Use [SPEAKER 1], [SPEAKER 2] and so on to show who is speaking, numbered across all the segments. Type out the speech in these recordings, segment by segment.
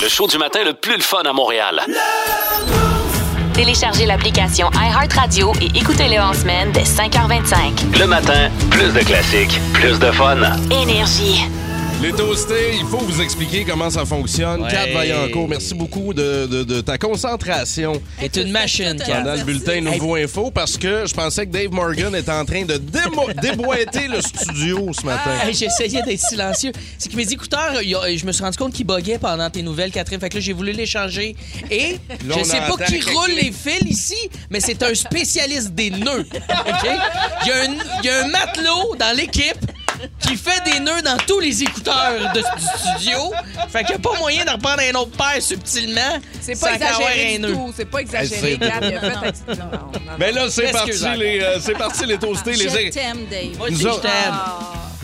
[SPEAKER 1] Le show du matin le plus le fun à Montréal.
[SPEAKER 2] Téléchargez l'application iHeartRadio et écoutez-le en semaine dès 5h25.
[SPEAKER 1] Le matin, plus de classiques, plus de fun.
[SPEAKER 2] Énergie.
[SPEAKER 3] Les toastés, il faut vous expliquer comment ça fonctionne.
[SPEAKER 4] Ouais.
[SPEAKER 3] Kat Vaillancourt, merci beaucoup de, de- de ta concentration
[SPEAKER 4] C'est une machine, Kat.
[SPEAKER 3] pendant le bulletin Nouveau Info parce que je pensais que Dave Morgan était en train de démo- déboîter le studio ce matin.
[SPEAKER 4] Ah, J'essayais d'être silencieux. C'est que mes écouteurs, il y a- je me suis rendu compte qu'ils buguaient pendant tes nouvelles, Catherine. Fait que là, j'ai voulu les changer. Et
[SPEAKER 3] Là,
[SPEAKER 4] je
[SPEAKER 3] on
[SPEAKER 4] sais
[SPEAKER 3] entend
[SPEAKER 4] pas qui
[SPEAKER 3] quelqu'un.
[SPEAKER 4] roule les fils ici, mais c'est un spécialiste des nœuds. OK? Il y a un, il y a un matelot dans l'équipe qui fait des nœuds dans tous les écouteurs de, du studio. Fait qu'il n'y a pas moyen d'en reprendre un autre paire subtilement
[SPEAKER 5] C'est
[SPEAKER 4] sans
[SPEAKER 5] pas
[SPEAKER 4] avoir
[SPEAKER 5] exagéré
[SPEAKER 4] un
[SPEAKER 5] du
[SPEAKER 4] nœud.
[SPEAKER 5] tout. C'est pas
[SPEAKER 3] Hey,
[SPEAKER 5] exagéré,
[SPEAKER 3] Eh, c'est-
[SPEAKER 5] Gab. Il a fait un petit- non, non, non.
[SPEAKER 3] Mais là, c'est
[SPEAKER 4] Excuse,
[SPEAKER 3] parti,
[SPEAKER 4] Jacques.
[SPEAKER 3] les, euh, c'est parti les toastés. les...
[SPEAKER 6] Je t'aime, Dave.
[SPEAKER 4] Moi, je
[SPEAKER 3] Nous
[SPEAKER 4] dis que je
[SPEAKER 3] autres-
[SPEAKER 4] t'aime.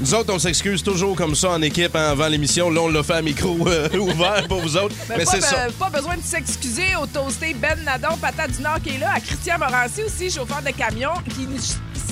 [SPEAKER 3] Nous autres, on s'excuse toujours comme ça en équipe hein, avant l'émission. Là, on l'a fait à micro euh, ouvert pour vous autres.
[SPEAKER 5] Mais,
[SPEAKER 3] Mais
[SPEAKER 5] pas,
[SPEAKER 3] c'est ça.
[SPEAKER 5] be- pas besoin de s'excuser au toasté Ben Nadon, patate du Nord qui est là, à Christian Morancy aussi, chauffeur de camion, qui nous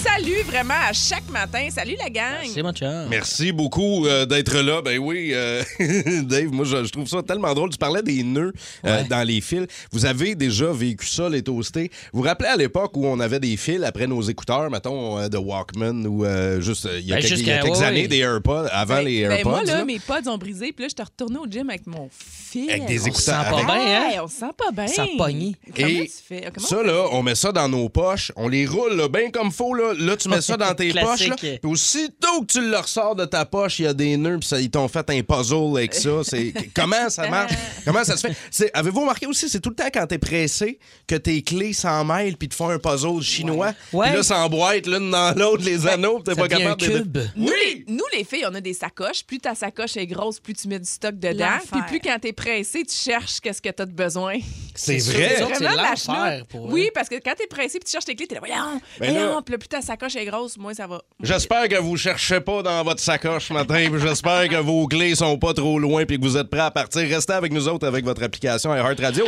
[SPEAKER 5] salue vraiment à chaque matin. Salut la gang!
[SPEAKER 4] C'est mon chum.
[SPEAKER 3] Merci beaucoup euh, d'être là. Ben oui, euh, Dave, moi, je, je trouve ça tellement drôle. Tu parlais des nœuds euh, dans les fils. Vous avez déjà vécu ça, les toastés. Vous vous rappelez à l'époque où on avait des fils après nos écouteurs, mettons, euh, de Walkman ou euh, juste euh, il y a
[SPEAKER 4] Ben,
[SPEAKER 3] quelques, il y a
[SPEAKER 4] jusqu'à-
[SPEAKER 3] quelques
[SPEAKER 4] ouais,
[SPEAKER 3] années,
[SPEAKER 4] ouais.
[SPEAKER 3] des AirPods, avant
[SPEAKER 5] Ben,
[SPEAKER 3] les
[SPEAKER 5] ben,
[SPEAKER 3] AirPods.
[SPEAKER 5] moi, là,
[SPEAKER 3] là.
[SPEAKER 5] mes pods ont brisé, puis là, j'étais retournée au gym avec mon fils.
[SPEAKER 3] Avec des
[SPEAKER 5] On
[SPEAKER 3] écouteurs.
[SPEAKER 4] sent pas
[SPEAKER 3] avec-
[SPEAKER 4] bien. hein?
[SPEAKER 5] Ouais, on sent pas bien.
[SPEAKER 4] Ça pognait.
[SPEAKER 5] Comment
[SPEAKER 3] Et
[SPEAKER 5] tu fais? Comment
[SPEAKER 3] Ça, là, on met ça dans nos poches, on les roule là, bien comme faut. Là. là, tu mets ça dans tes poches.
[SPEAKER 4] Classique.
[SPEAKER 3] Là. Puis aussitôt que tu le ressors de ta poche, il y a des nœuds, puis ça, ils t'ont fait un puzzle avec ça. C'est... Comment ça marche? Comment ça se fait? C'est... Avez-vous remarqué aussi, c'est tout le temps quand t'es pressé que tes clés s'en mêlent, puis te font un puzzle chinois.
[SPEAKER 4] Ouais.
[SPEAKER 3] Puis là, ça emboîte l'une dans l'autre, les anneaux, puis t'es
[SPEAKER 4] Ça
[SPEAKER 3] pas
[SPEAKER 4] devient
[SPEAKER 3] capable
[SPEAKER 4] un
[SPEAKER 3] de...
[SPEAKER 4] cube.
[SPEAKER 5] Nous, les, nous, les filles, on a des sacoches. Plus ta sacoche est grosse, plus tu mets du stock dedans.
[SPEAKER 6] L'enfer.
[SPEAKER 5] Puis plus quand t'es pressé, tu cherches qu'est-ce que t'as de besoin.
[SPEAKER 3] C'est
[SPEAKER 4] C'est
[SPEAKER 3] vrai.
[SPEAKER 4] sûr, les autres,
[SPEAKER 5] Vraiment de la
[SPEAKER 4] l'enfer
[SPEAKER 5] chenoute.
[SPEAKER 4] pour eux.
[SPEAKER 5] Oui, parce que quand t'es pressé, puis tu cherches tes clés, t'es là, voyons,
[SPEAKER 3] Ben
[SPEAKER 5] voyons.
[SPEAKER 3] là-
[SPEAKER 5] Puis là, plus ta sacoche est grosse, moins ça va.
[SPEAKER 3] J'espère que vous cherchez pas dans votre sacoche ce matin. puis J'espère que vos clés sont pas trop loin puis que vous êtes prêts à partir. Restez avec nous autres avec votre application iHeartRadio.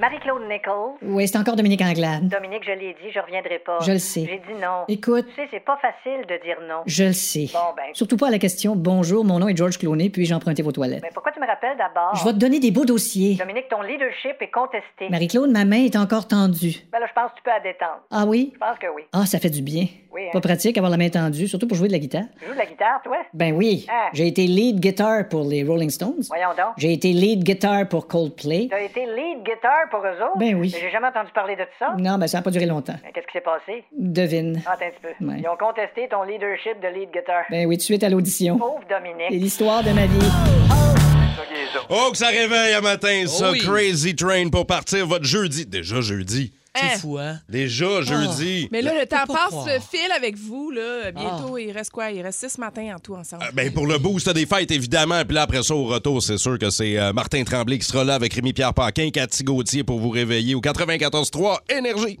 [SPEAKER 7] Marie-Claude Nichols.
[SPEAKER 8] Oui, c'est encore Dominique Anglade.
[SPEAKER 7] Dominique, je l'ai dit, je reviendrai pas.
[SPEAKER 8] Je le sais.
[SPEAKER 7] J'ai dit non.
[SPEAKER 8] Écoute,
[SPEAKER 7] Tu sais, c'est pas facile de dire non.
[SPEAKER 8] je le sais.
[SPEAKER 7] Bon, ben.
[SPEAKER 8] Surtout pas à la question Bonjour, mon nom est George Clooney, puis-je emprunter vos toilettes?
[SPEAKER 7] Mais pourquoi tu me rappelles d'abord?
[SPEAKER 8] Je vais te donner des beaux dossiers.
[SPEAKER 7] Dominique, ton leadership est contesté.
[SPEAKER 8] Marie-Claude, ma main est encore tendue.
[SPEAKER 7] Ben là, je pense que tu peux la détendre.
[SPEAKER 8] Ah oui?
[SPEAKER 7] Je pense que oui.
[SPEAKER 8] Ah, ça fait du bien.
[SPEAKER 7] Oui, hein.
[SPEAKER 8] Pas pratique avoir la main tendue, surtout pour jouer de la guitare.
[SPEAKER 7] Tu joues de la guitare, toi?
[SPEAKER 8] Ben oui,
[SPEAKER 7] Ah.
[SPEAKER 8] j'ai été lead guitar pour les Rolling Stones.
[SPEAKER 7] Voyons donc.
[SPEAKER 8] J'ai été lead guitar pour Coldplay.
[SPEAKER 7] T'as été lead guitar pour eux autres?
[SPEAKER 8] Ben oui.
[SPEAKER 7] Mais J'ai jamais entendu parler de tout ça.
[SPEAKER 8] Non, ben ça n'a pas duré longtemps.
[SPEAKER 7] Mais Qu'est-ce qui s'est passé? Ah,
[SPEAKER 8] Devine.
[SPEAKER 7] Attends un petit peu.
[SPEAKER 8] Ouais.
[SPEAKER 7] Ils ont contesté ton leadership de lead guitar.
[SPEAKER 8] Ben oui, tout de suite à l'audition.
[SPEAKER 7] Pauvre
[SPEAKER 8] C'est
[SPEAKER 7] Dominique.
[SPEAKER 8] l'histoire de ma vie.
[SPEAKER 3] Oh, que ça réveille un matin, ça.
[SPEAKER 4] oui.
[SPEAKER 3] Crazy Train pour partir votre jeudi. Déjà jeudi.
[SPEAKER 4] C'est
[SPEAKER 5] Hein?
[SPEAKER 4] fou, hein?
[SPEAKER 3] Déjà jeudi.
[SPEAKER 5] Mais là, le temps
[SPEAKER 4] pas
[SPEAKER 5] passe,
[SPEAKER 4] croire.
[SPEAKER 5] le fil avec vous. Là.
[SPEAKER 4] Ah.
[SPEAKER 5] Bientôt, il reste quoi? Il reste six matins en tout ensemble.
[SPEAKER 3] Euh, Ben pour le boost des fêtes, évidemment. Puis là, après ça, au retour, c'est sûr que c'est euh, Martin Tremblay qui sera là avec Rémi-Pierre Paquin, Cathy Gauthier pour vous réveiller au 94.3 Énergie.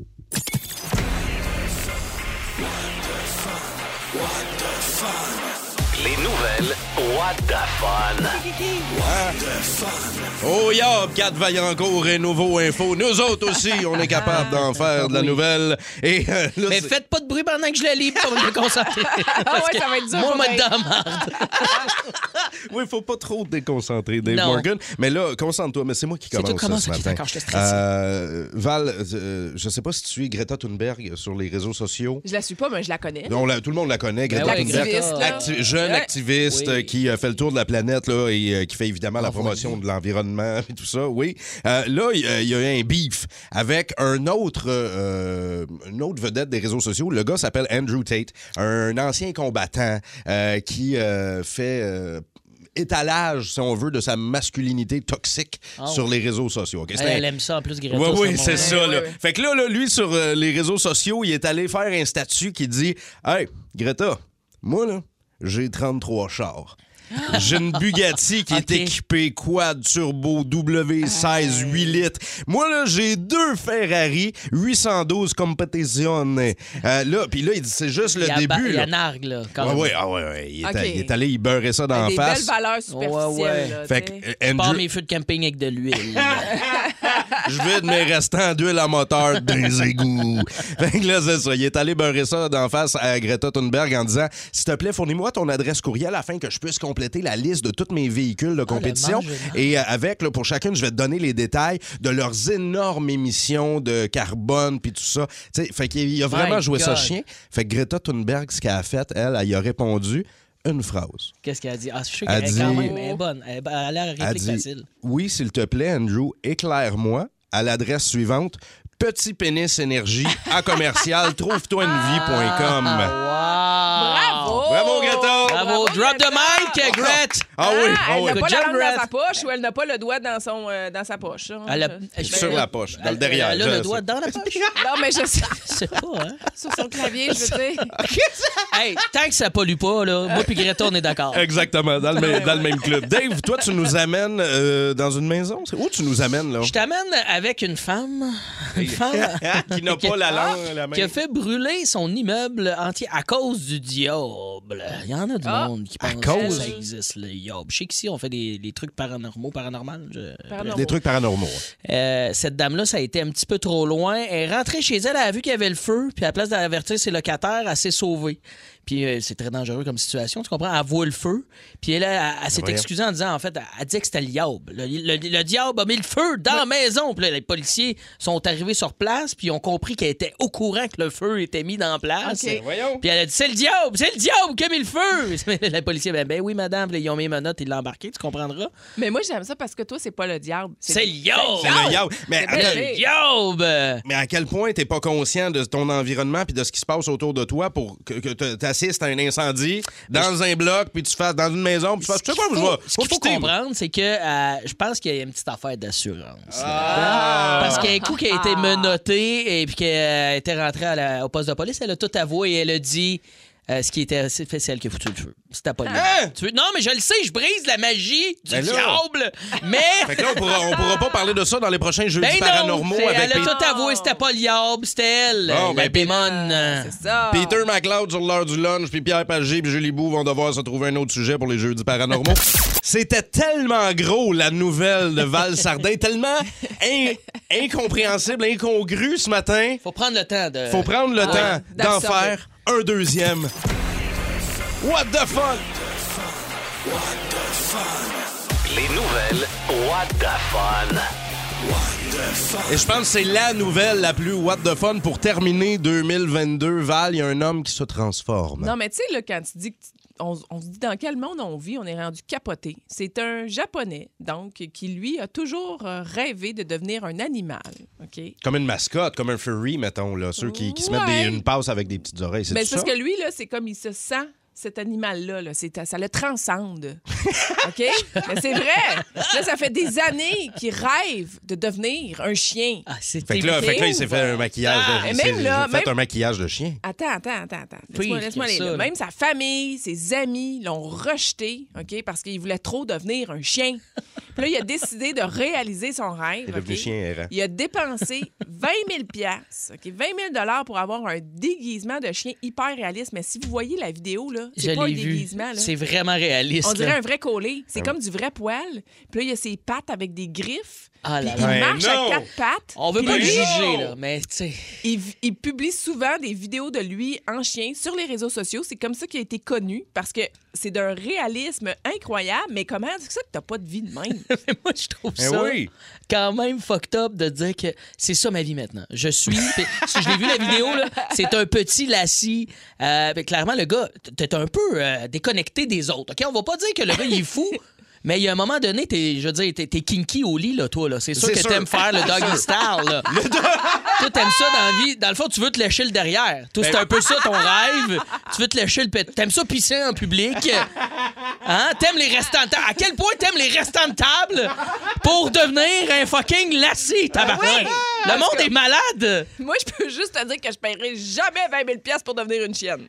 [SPEAKER 1] Les nouvelles What the Fun.
[SPEAKER 3] Oh, Yob, Kat Vaillancourt et Nouveau Info. Nous autres aussi, on est capable d'en faire de la nouvelle. Et euh, là,
[SPEAKER 4] Mais
[SPEAKER 3] c'est-
[SPEAKER 4] faites pas de bruit pendant que je la lis pour me concentrer. Parce
[SPEAKER 5] Ah ouais,
[SPEAKER 4] que
[SPEAKER 5] ça va être dur
[SPEAKER 4] Moi,
[SPEAKER 5] pour
[SPEAKER 4] moi, Ah,
[SPEAKER 5] elle.
[SPEAKER 4] dans la marde.
[SPEAKER 3] Oui, faut pas trop te déconcentrer, Dave
[SPEAKER 4] Non.
[SPEAKER 3] Morgan. Mais là, concentre-toi. Mais c'est moi qui
[SPEAKER 4] C'est
[SPEAKER 3] commence
[SPEAKER 4] toi qui commence,
[SPEAKER 3] ce
[SPEAKER 4] ok,
[SPEAKER 3] matin.
[SPEAKER 4] d'accord, je te stresse.
[SPEAKER 3] Euh, Val, euh, je sais pas si tu suis Greta Thunberg sur les réseaux sociaux.
[SPEAKER 5] Je la suis pas, mais je la connais.
[SPEAKER 3] On la- tout le monde la connaît, Greta
[SPEAKER 4] ouais,
[SPEAKER 3] Thunberg.
[SPEAKER 5] L'activiste, là.
[SPEAKER 3] Acti- jeune
[SPEAKER 5] Ouais.
[SPEAKER 3] activiste
[SPEAKER 4] Ben Oui. Ah,
[SPEAKER 3] euh, qui euh, fait le tour de la planète là, et euh, qui fait évidemment la promotion de l'environnement et tout ça, oui. Euh, là, il y a- il y, a eu un beef avec un autre, euh, une autre vedette des réseaux sociaux. Le gars s'appelle Andrew Tate, un ancien combattant euh, qui euh, fait... euh, étalage, si on veut, de sa masculinité toxique
[SPEAKER 4] Oh. Euh,
[SPEAKER 3] sur les réseaux sociaux. OK? C'est un-
[SPEAKER 4] Elle aime ça en plus, Greta.
[SPEAKER 3] oui, oui,
[SPEAKER 4] mon-
[SPEAKER 3] c'est ça.
[SPEAKER 5] Ouais,
[SPEAKER 3] là.
[SPEAKER 5] ouais, ouais.
[SPEAKER 3] Fait que là, là, lui, sur euh, les réseaux sociaux, il est allé faire un statut qui dit Hey, Greta, moi, là, j'ai 33 chars. J'ai une Bugatti qui
[SPEAKER 4] Ok. Ah,
[SPEAKER 3] est équipée quad turbo W16 8 litres. Moi là, j'ai deux Ferrari 812 Competizione. Euh, là, puis là il dit c'est juste le
[SPEAKER 4] Il y a ba-
[SPEAKER 3] début.
[SPEAKER 4] Il y a
[SPEAKER 3] là.
[SPEAKER 4] nargue, là. quand
[SPEAKER 3] Ouais,
[SPEAKER 4] même.
[SPEAKER 3] ouais, ah ouais, ouais, Il, est,
[SPEAKER 5] Ok.
[SPEAKER 3] il est allé, il beurrait ça dans
[SPEAKER 5] Des
[SPEAKER 3] la
[SPEAKER 5] belles
[SPEAKER 3] face.
[SPEAKER 5] valeurs superficielles.
[SPEAKER 4] Ouais, ouais.
[SPEAKER 5] là,
[SPEAKER 3] Fait
[SPEAKER 5] tu sais.
[SPEAKER 3] que euh,
[SPEAKER 4] Je pars
[SPEAKER 3] Andrew,
[SPEAKER 4] mes feux de camping avec de l'huile.
[SPEAKER 3] je vide mes restants d'huile à moteur des égouts. Fait que là, c'est ça. Il est allé beurrer ça d'en face à Greta Thunberg en disant S'il te plaît, fournis-moi ton adresse courriel afin que je puisse compléter la liste de tous mes véhicules de compétition.
[SPEAKER 4] Ah, le mangement.
[SPEAKER 3] Et euh, avec, là, pour chacune, je vais te donner les détails de leurs énormes émissions de carbone puis tout ça. Tu sais, fait qu'il a vraiment
[SPEAKER 4] My
[SPEAKER 3] joué ça
[SPEAKER 4] God.
[SPEAKER 3] chien. Fait que Greta Thunberg, ce qu'elle a fait, elle, elle y a répondu une phrase.
[SPEAKER 4] Qu'est-ce qu'elle a dit? Ah, je suis
[SPEAKER 3] Elle
[SPEAKER 4] qu'elle est quand
[SPEAKER 3] dit-
[SPEAKER 4] même elle est bonne. Elle, elle a l'air
[SPEAKER 3] Elle
[SPEAKER 4] réplique
[SPEAKER 3] dit,
[SPEAKER 4] facile.
[SPEAKER 3] Oui, s'il te plaît, Andrew, éclaire-moi à l'adresse suivante petit pénis énergie à commercial trouve-toi une vie.com.
[SPEAKER 4] Wow!
[SPEAKER 5] Bravo!
[SPEAKER 3] Bravo, Greta!
[SPEAKER 4] Bravo! Drop the mic, Gret!
[SPEAKER 3] Ah oui,
[SPEAKER 5] Ah,
[SPEAKER 3] ah
[SPEAKER 5] elle
[SPEAKER 3] oui.
[SPEAKER 5] n'a
[SPEAKER 4] Good
[SPEAKER 5] pas la
[SPEAKER 4] job,
[SPEAKER 5] langue
[SPEAKER 4] Brett.
[SPEAKER 5] dans sa poche ou elle n'a pas le doigt dans, son, euh, dans sa poche. hein.
[SPEAKER 4] Elle a-
[SPEAKER 5] Je-
[SPEAKER 3] Sur
[SPEAKER 5] ben,
[SPEAKER 3] la poche, dans le
[SPEAKER 4] Elle-
[SPEAKER 3] derrière.
[SPEAKER 4] Elle
[SPEAKER 3] je
[SPEAKER 4] a
[SPEAKER 3] sais.
[SPEAKER 4] le doigt dans la poche?
[SPEAKER 5] Non, mais je sais.
[SPEAKER 4] Je sais pas, hein?
[SPEAKER 5] Sur son clavier, je veux dire.
[SPEAKER 4] Hey, tant que ça pollue pas, là, moi puis Greta, on est d'accord.
[SPEAKER 3] Euh, Exactement, dans le, même, dans le même club. Dave, toi, tu nous amènes euh, dans une maison? C'est Où tu nous amènes, là?
[SPEAKER 4] Je t'amène avec une femme, une femme
[SPEAKER 3] Hein? Qui n'a pas la langue, la main.
[SPEAKER 4] qui a fait brûler son immeuble entier à cause du diable. Il y en a du
[SPEAKER 5] Ah,
[SPEAKER 4] monde qui pense
[SPEAKER 3] cause?
[SPEAKER 4] que ça existe, le diable. Je sais qu'ici, on fait des, des trucs paranormaux, paranormal. je-
[SPEAKER 5] Pardon.
[SPEAKER 3] Des trucs paranormaux. hein.
[SPEAKER 4] Euh, cette dame-là, ça a été un petit peu trop loin. Elle est rentrée chez elle, elle a vu qu'il y avait le feu, puis à la place d'avertir ses locataires, elle s'est sauvée. Puis euh, c'est très dangereux comme situation, tu comprends? Elle voit le feu, puis elle, elle, elle, elle s'est
[SPEAKER 3] Voyons.
[SPEAKER 4] excusée en disant, en fait, elle, elle disait que c'était le diable. Le, le- le diable a mis le feu dans la maison. Puis là, les policiers sont arrivés sur place, puis ils ont compris qu'elle était au courant que le feu était mis en place.
[SPEAKER 5] Ok.
[SPEAKER 3] Voyons.
[SPEAKER 4] Puis elle a dit, c'est le diable, c'est le diable qui a mis le feu. Mais le policier, ben, ben oui, madame, Puis là, ils ont mis ma note, ils l'ont embarqué, tu comprendras.
[SPEAKER 5] Mais moi, j'aime ça parce que toi, c'est pas le diable.
[SPEAKER 4] C'est le diable!
[SPEAKER 3] C'est le diable. Mais,
[SPEAKER 5] C'est
[SPEAKER 3] attends,
[SPEAKER 5] bébé.
[SPEAKER 4] Le diable!
[SPEAKER 3] mais à quel point t'es pas conscient de ton environnement puis de ce qui se passe autour de toi pour que, que t'assistes à un incendie dans un bloc puis tu fasses dans une maison puis tu fasses
[SPEAKER 4] Ce
[SPEAKER 3] je sais
[SPEAKER 4] qu'il
[SPEAKER 3] quoi,
[SPEAKER 4] faut,
[SPEAKER 3] je vais-
[SPEAKER 4] ce qu'il
[SPEAKER 3] je vais
[SPEAKER 4] faut
[SPEAKER 3] quitter, moi.
[SPEAKER 4] comprendre, c'est que euh, je pense qu'il y a une petite affaire d'assurance.
[SPEAKER 3] Ah!
[SPEAKER 4] Parce qu'un coup qu'elle a
[SPEAKER 5] Ah!
[SPEAKER 4] été menottée et puis qu'elle euh, était rentrée à la- au poste de police, elle a tout avoué et elle a dit euh, ce qui était c'est fait, c'est elle qui a foutu le feu. C'était pas lui. Tu veux- Non, mais je le sais, je brise la magie du
[SPEAKER 3] Hein? Ben là.
[SPEAKER 4] diable.
[SPEAKER 3] Fait
[SPEAKER 4] Mais
[SPEAKER 3] que là, on pourra, on pourra pas parler de ça dans les prochains jeux
[SPEAKER 4] ben
[SPEAKER 3] du
[SPEAKER 4] non,
[SPEAKER 3] paranormaux
[SPEAKER 4] c'est-
[SPEAKER 3] avec
[SPEAKER 4] elle a
[SPEAKER 3] Pe-
[SPEAKER 4] tout avoué, c'était pas le diable, c'était elle,
[SPEAKER 3] Bon,
[SPEAKER 4] la
[SPEAKER 3] ben, puis-
[SPEAKER 4] démone.
[SPEAKER 5] Ah, C'est ça.
[SPEAKER 3] Peter McLeod sur l'heure du lunch, puis Pierre Pagé puis Julie Bou vont devoir se trouver un autre sujet pour les jeux du paranormaux. C'était tellement gros, la nouvelle de Val Sardin, tellement in- incompréhensible, incongrue ce matin.
[SPEAKER 4] Faut prendre le temps de.
[SPEAKER 3] Faut prendre le temps d'en
[SPEAKER 5] d'absorber.
[SPEAKER 3] faire un deuxième. What the fuck?
[SPEAKER 1] Les nouvelles What the Fun.
[SPEAKER 3] Et je pense que c'est la nouvelle la plus what the fun pour terminer 2022. Val, il y a un homme qui se transforme.
[SPEAKER 5] Non, mais tu sais, là, quand tu dis que tu- on, on se dit dans quel monde on vit, on est rendu capoté. C'est un Japonais, donc, qui, lui, a toujours euh, rêvé de devenir un animal. OK?
[SPEAKER 3] Comme une mascotte, comme un furry, mettons, là, ceux qui, qui se mettent des-
[SPEAKER 5] Ouais.
[SPEAKER 3] une passe avec des petites oreilles. C'est
[SPEAKER 5] Mais
[SPEAKER 3] tout
[SPEAKER 5] c'est
[SPEAKER 3] ça?
[SPEAKER 5] parce que lui, là, c'est comme il se sent cet animal-là, là, C'est- ça le transcende. OK? Mais c'est vrai. Là, ça fait des années qu'il rêve de devenir un chien.
[SPEAKER 4] Ah, c'est
[SPEAKER 3] Fait que là,
[SPEAKER 5] t'es
[SPEAKER 3] fait que là, il s'est fait un
[SPEAKER 5] ouvert.
[SPEAKER 3] maquillage.
[SPEAKER 5] Ah,
[SPEAKER 3] de,
[SPEAKER 5] et
[SPEAKER 3] il
[SPEAKER 5] même
[SPEAKER 3] s'est- il
[SPEAKER 5] là,
[SPEAKER 3] a fait
[SPEAKER 5] même-
[SPEAKER 3] un maquillage de chien.
[SPEAKER 5] Attends, attends, attends, attends. Laisse-moi
[SPEAKER 4] Freak,
[SPEAKER 5] laisse-moi aller.
[SPEAKER 4] ça,
[SPEAKER 5] là.
[SPEAKER 4] là.
[SPEAKER 5] Même sa famille, ses amis l'ont rejeté, OK, parce qu'il voulait trop devenir un chien. Puis là, il a décidé de réaliser son rêve.
[SPEAKER 3] Il est devenu
[SPEAKER 5] OK?
[SPEAKER 3] chien errant.
[SPEAKER 5] Il a dépensé 20 000 piastres, OK, 20 000 pour avoir un déguisement de chien hyper réaliste. Mais si vous voyez la vidéo, là,
[SPEAKER 4] Je
[SPEAKER 5] c'est pas un
[SPEAKER 4] l'ai vu.
[SPEAKER 5] déguisement. là.
[SPEAKER 4] C'est vraiment réaliste.
[SPEAKER 5] On dirait
[SPEAKER 4] là.
[SPEAKER 5] un vrai collet.
[SPEAKER 3] Ah
[SPEAKER 5] C'est comme du vrai poil. Puis là, il a ses pattes avec des griffes.
[SPEAKER 4] Ah
[SPEAKER 5] Puis
[SPEAKER 4] là
[SPEAKER 5] il
[SPEAKER 4] là.
[SPEAKER 5] marche
[SPEAKER 3] Ben non!
[SPEAKER 5] à quatre pattes.
[SPEAKER 4] On veut
[SPEAKER 5] Puis
[SPEAKER 4] pas le
[SPEAKER 5] lui,
[SPEAKER 4] juger, là, mais tu sais.
[SPEAKER 5] Il, il publie souvent des vidéos de lui en chien sur les réseaux sociaux. C'est comme ça qu'il a été connu parce que c'est d'un réalisme incroyable. Mais comment c'est ça que t'as pas de vie de même?
[SPEAKER 4] Mais moi, je trouve
[SPEAKER 3] Eh
[SPEAKER 4] ça
[SPEAKER 3] oui.
[SPEAKER 4] quand même fucked up de dire que c'est ça ma vie maintenant. Je suis. puis, si je l'ai vu la vidéo, là, c'est un petit lacis. Euh, ben, clairement, le gars, t'es un peu euh, déconnecté des autres. OK? On va pas dire que le gars, il est fou. Mais il y a un moment donné, t'es, je veux dire, t'es, t'es kinky au lit, là, toi, là. C'est sûr
[SPEAKER 3] C'est
[SPEAKER 4] que
[SPEAKER 3] sûr.
[SPEAKER 4] t'aimes faire le doggy style, Ben là. Toi, t'aimes ça dans la vie. Dans le fond, tu veux te lécher le derrière. Toi, c'est un peu ça, ton rêve. Tu veux te lécher le... pet- T'aimes ça pisser en public. Hein? T'aimes les restants de table. À Ben quel point t'aimes les restants de table pour devenir un fucking lacis, tabarouette? Le monde est malade!
[SPEAKER 5] Moi, je peux juste te dire que je paierai jamais 20 000 pièces pour devenir une chienne.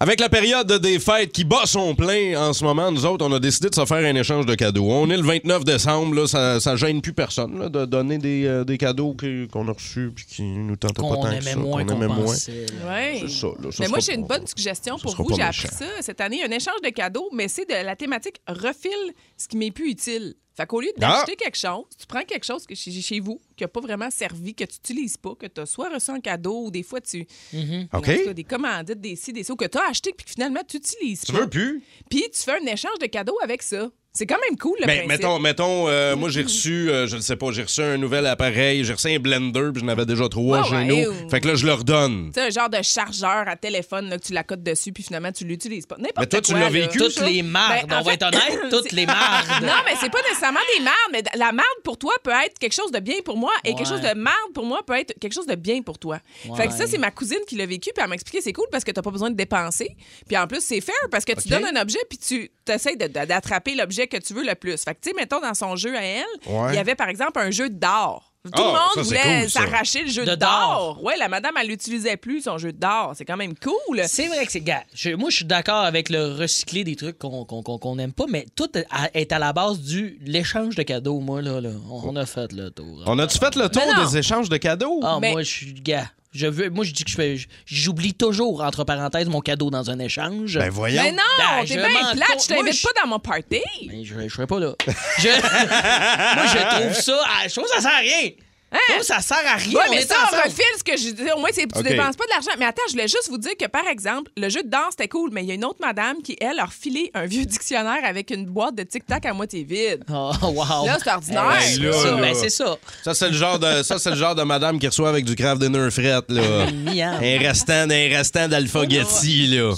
[SPEAKER 3] Avec la période des fêtes qui bat son plein en ce moment, nous autres, on a décidé de se faire un échange de cadeaux. On est le 29 décembre, là, ça, ça gêne plus personne là, de donner des, euh, des cadeaux que- qu'on a reçus puis qui nous tentent pas
[SPEAKER 4] Qu'on
[SPEAKER 3] tant que
[SPEAKER 4] aimait
[SPEAKER 3] ça,
[SPEAKER 4] moins qu'on pensait.
[SPEAKER 5] Oui.
[SPEAKER 3] C'est ça, là, ça
[SPEAKER 5] mais moi,
[SPEAKER 3] sera
[SPEAKER 5] j'ai une
[SPEAKER 3] pas-
[SPEAKER 5] bonne suggestion
[SPEAKER 3] ça
[SPEAKER 5] pour
[SPEAKER 3] sera
[SPEAKER 5] vous.
[SPEAKER 3] pas
[SPEAKER 5] J'ai appris
[SPEAKER 3] méchant.
[SPEAKER 5] ça cette année. Un échange de cadeaux, mais c'est de la thématique refile ce qui m'est plus utile. Fait qu'au lieu
[SPEAKER 3] Ah!
[SPEAKER 5] d'acheter quelque chose, tu prends quelque chose que chez, chez vous qui n'a pas vraiment servi, que tu n'utilises pas, que tu as soit reçu en cadeau ou des fois tu.
[SPEAKER 3] OK.
[SPEAKER 5] En tout cas, des commandites, des ci, des ça, ou que tu as acheté puis que finalement tu n'utilises
[SPEAKER 3] Tu
[SPEAKER 5] pas.
[SPEAKER 3] veux plus?
[SPEAKER 5] Puis tu fais un échange de cadeaux avec ça. C'est quand même cool, le
[SPEAKER 3] Ben,
[SPEAKER 5] principe. Mm-hmm.
[SPEAKER 3] mettons, mettons euh, moi j'ai reçu, euh, je ne sais pas, j'ai reçu un nouvel appareil, j'ai reçu un blender, puis j'en avais déjà trois
[SPEAKER 5] Ah
[SPEAKER 3] chez
[SPEAKER 5] ouais,
[SPEAKER 3] nous.
[SPEAKER 5] ou-
[SPEAKER 3] Fait que là, je leur donne.
[SPEAKER 5] Tu sais, un genre de chargeur à téléphone là, que tu la cotes dessus, puis finalement, tu l'utilises pas. N'importe
[SPEAKER 3] Mais toi, tu
[SPEAKER 5] quoi,
[SPEAKER 3] l'as
[SPEAKER 5] là.
[SPEAKER 3] vécu,
[SPEAKER 4] Toutes
[SPEAKER 3] ça?
[SPEAKER 4] les mardes,
[SPEAKER 5] Ben, en
[SPEAKER 4] on va être honnête, toutes les mardes.
[SPEAKER 5] Non, mais c'est pas nécessairement des mardes, mais la marde pour toi peut être quelque chose de bien pour moi et
[SPEAKER 4] Ouais.
[SPEAKER 5] quelque chose de marde pour moi peut être quelque chose de bien pour toi. Fait que ça, c'est ma cousine qui l'a vécu, puis elle m'a expliqué c'est cool parce que t'as pas besoin de dépenser. Puis en plus, c'est fair parce que tu
[SPEAKER 3] OK.
[SPEAKER 5] donnes un objet, puis tu essaies d'attraper l'objet que tu veux le plus. Fait que, tu sais, mettons dans son jeu à elle,
[SPEAKER 3] Ouais.
[SPEAKER 5] il y avait par exemple un jeu d'or. Tout
[SPEAKER 3] Ah,
[SPEAKER 5] le monde
[SPEAKER 3] ça, c'est
[SPEAKER 5] voulait
[SPEAKER 3] cool, ça.
[SPEAKER 5] s'arracher le jeu
[SPEAKER 4] De
[SPEAKER 5] d'or. Ouais, la madame, elle l'utilisait plus, son jeu d'or. C'est quand même cool.
[SPEAKER 4] C'est vrai que c'est. gars, je- moi, je suis d'accord avec le recycler des trucs qu'on qu'on- qu'on- qu'on n'aime pas, mais tout à- est à la base du l'échange de cadeaux, moi, là. là. On, on a fait le tour. hein.
[SPEAKER 3] On a-tu fait le tour
[SPEAKER 5] non. Oh.
[SPEAKER 3] des échanges de cadeaux?
[SPEAKER 4] Ah,
[SPEAKER 5] Mais-
[SPEAKER 4] moi, je suis. gars, je veux, moi, je dis que je fais- je- j'oublie toujours, entre parenthèses, mon cadeau dans un échange.
[SPEAKER 3] Ben voyons.
[SPEAKER 5] Mais non,
[SPEAKER 4] Ben,
[SPEAKER 5] t'es
[SPEAKER 4] je
[SPEAKER 5] bien
[SPEAKER 4] m'en
[SPEAKER 5] plate,
[SPEAKER 4] con-
[SPEAKER 5] je t'invite
[SPEAKER 4] Moi, je-
[SPEAKER 5] pas dans mon party.
[SPEAKER 4] Mais je, je serais pas là. Je- moi, je trouve ça. ah, Je trouve que ça sert à rien. Je trouve que ça sert à rien.
[SPEAKER 5] Hein? Ouais,
[SPEAKER 4] on
[SPEAKER 5] mais
[SPEAKER 4] est
[SPEAKER 5] ça,
[SPEAKER 4] ensemble.
[SPEAKER 5] on refile ce que je dis. Au moins, c'est- tu
[SPEAKER 3] OK.
[SPEAKER 5] dépenses pas de l'argent. Mais attends, je voulais juste vous dire que, par exemple, le jeu de danse, c'était cool, mais il y a une autre madame qui, elle, a refilé un vieux dictionnaire avec une boîte de tic-tac à moitié vide.
[SPEAKER 4] Oh, wow.
[SPEAKER 5] Là, c'est ordinaire.
[SPEAKER 4] Ouais, c'est
[SPEAKER 3] Là,
[SPEAKER 4] ça.
[SPEAKER 3] là.
[SPEAKER 4] Ben, c'est ça.
[SPEAKER 3] Ça, c'est le genre de ça, c'est le genre de madame qui reçoit avec du craft dinner fret, là.
[SPEAKER 4] Miam.
[SPEAKER 3] un restant, un restant d'Alphagetti, là.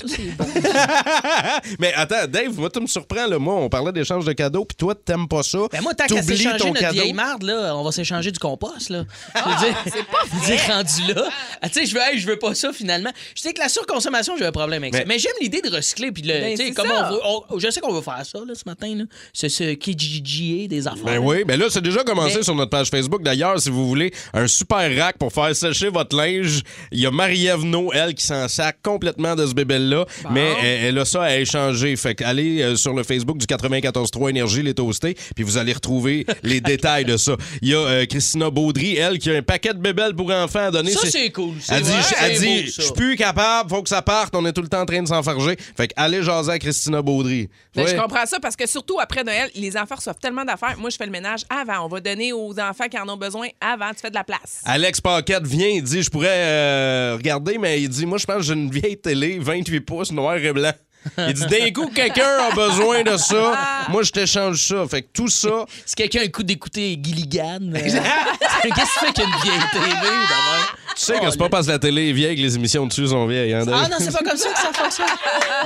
[SPEAKER 3] Mais attends, Dave, moi, tu me surprends, là. Moi, on parlait d'échange de cadeaux, puis toi, t'aimes pas ça.
[SPEAKER 4] Ben moi, tant qu'à
[SPEAKER 3] T'oublies
[SPEAKER 4] s'échanger
[SPEAKER 3] ton
[SPEAKER 4] notre
[SPEAKER 3] cadeau.
[SPEAKER 4] vieille marde, là, on va s'échanger du compost. Là.
[SPEAKER 5] Ah,
[SPEAKER 4] Je veux dire- je veux dire, rendu là. Ah, tu sais, je veux, hey, je veux pas ça finalement. Je sais que la surconsommation, j'ai un problème avec
[SPEAKER 3] Mais-
[SPEAKER 4] ça. Mais j'aime l'idée de recycler. Puis, le-
[SPEAKER 5] Ben,
[SPEAKER 4] tu sais,
[SPEAKER 5] c'est
[SPEAKER 4] comme
[SPEAKER 5] ça.
[SPEAKER 4] on veut. on- je sais qu'on veut faire ça là, ce matin. là. C'est ce KGGA des affaires.
[SPEAKER 3] Ben oui, ben là, c'est déjà commencé
[SPEAKER 4] Mais-
[SPEAKER 3] sur notre page Facebook. D'ailleurs, si vous voulez un super rack pour faire sécher votre linge, il y a Marie-Ève Naud, elle, qui s'en sac complètement de ce bébé-là. Mais elle, elle a ça à échanger. Fait que allez euh, sur le Facebook du 94.3 Énergie, les toastés, puis vous allez retrouver les détails de ça. Il y a euh, Christina Baudry, elle, qui a un paquet de bébelles pour enfants à donner.
[SPEAKER 4] Ça,
[SPEAKER 3] C'est-
[SPEAKER 4] c'est cool. c'est
[SPEAKER 3] Elle dit,
[SPEAKER 4] vrai,
[SPEAKER 3] elle
[SPEAKER 4] c'est
[SPEAKER 3] dit
[SPEAKER 4] beau, ça.
[SPEAKER 3] je suis plus capable, faut que ça parte, on est tout le temps en train de s'enfarger. Fait que allez jaser à Christina Baudry.
[SPEAKER 5] Ben,
[SPEAKER 3] Ouais.
[SPEAKER 5] Je comprends ça parce que surtout après Noël, les enfants reçoivent tellement d'affaires. Moi, je fais le ménage avant. On va donner aux enfants qui en ont besoin avant. Tu fais de la place.
[SPEAKER 3] Alex Paquette vient, il dit Je pourrais euh, regarder, mais il dit Moi, je pense que j'ai une vieille télé, 28 pouces, noir et blanc. Il dit D'un coup, quelqu'un a besoin de ça. Moi, je t'échange ça. Fait que tout ça.
[SPEAKER 4] Si quelqu'un a le coup d'écouter Gilligan, euh, qu'est-ce que tu fais qu'une vieille TV d'abord? Oh,
[SPEAKER 3] Tu sais que c'est pas parce que la télé est vieille que les émissions dessus sont vieilles. Hein, Dave?
[SPEAKER 4] Ah non, c'est pas comme ça que ça fonctionne.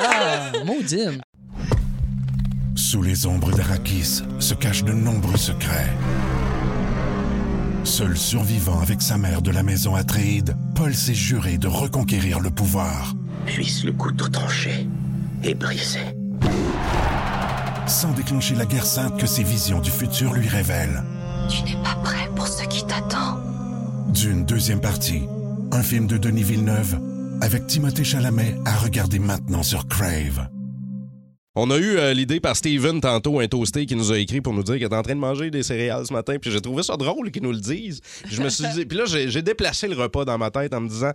[SPEAKER 4] Ah, maudine.
[SPEAKER 9] Sous les ombres d'Arakis se cachent de nombreux secrets. Seul survivant avec sa mère de la maison Atréide, Paul s'est juré de reconquérir le pouvoir,
[SPEAKER 10] Puisse le couteau tranché et brisé.
[SPEAKER 9] sans déclencher la guerre sainte que ses visions du futur lui révèlent.
[SPEAKER 11] Tu n'es pas prêt pour ce qui t'attend.
[SPEAKER 9] D'une deuxième partie, un film de Denis Villeneuve, avec Timothée Chalamet à regarder maintenant sur Crave.
[SPEAKER 3] On a eu euh, l'idée par Steven tantôt, un toasté, qui nous a écrit pour nous dire qu'il était en train de manger des céréales ce matin. Puis j'ai trouvé ça drôle qu'ils nous le disent. Puis je me suis dit, puis là, j'ai j'ai déplacé le repas dans ma tête en me disant.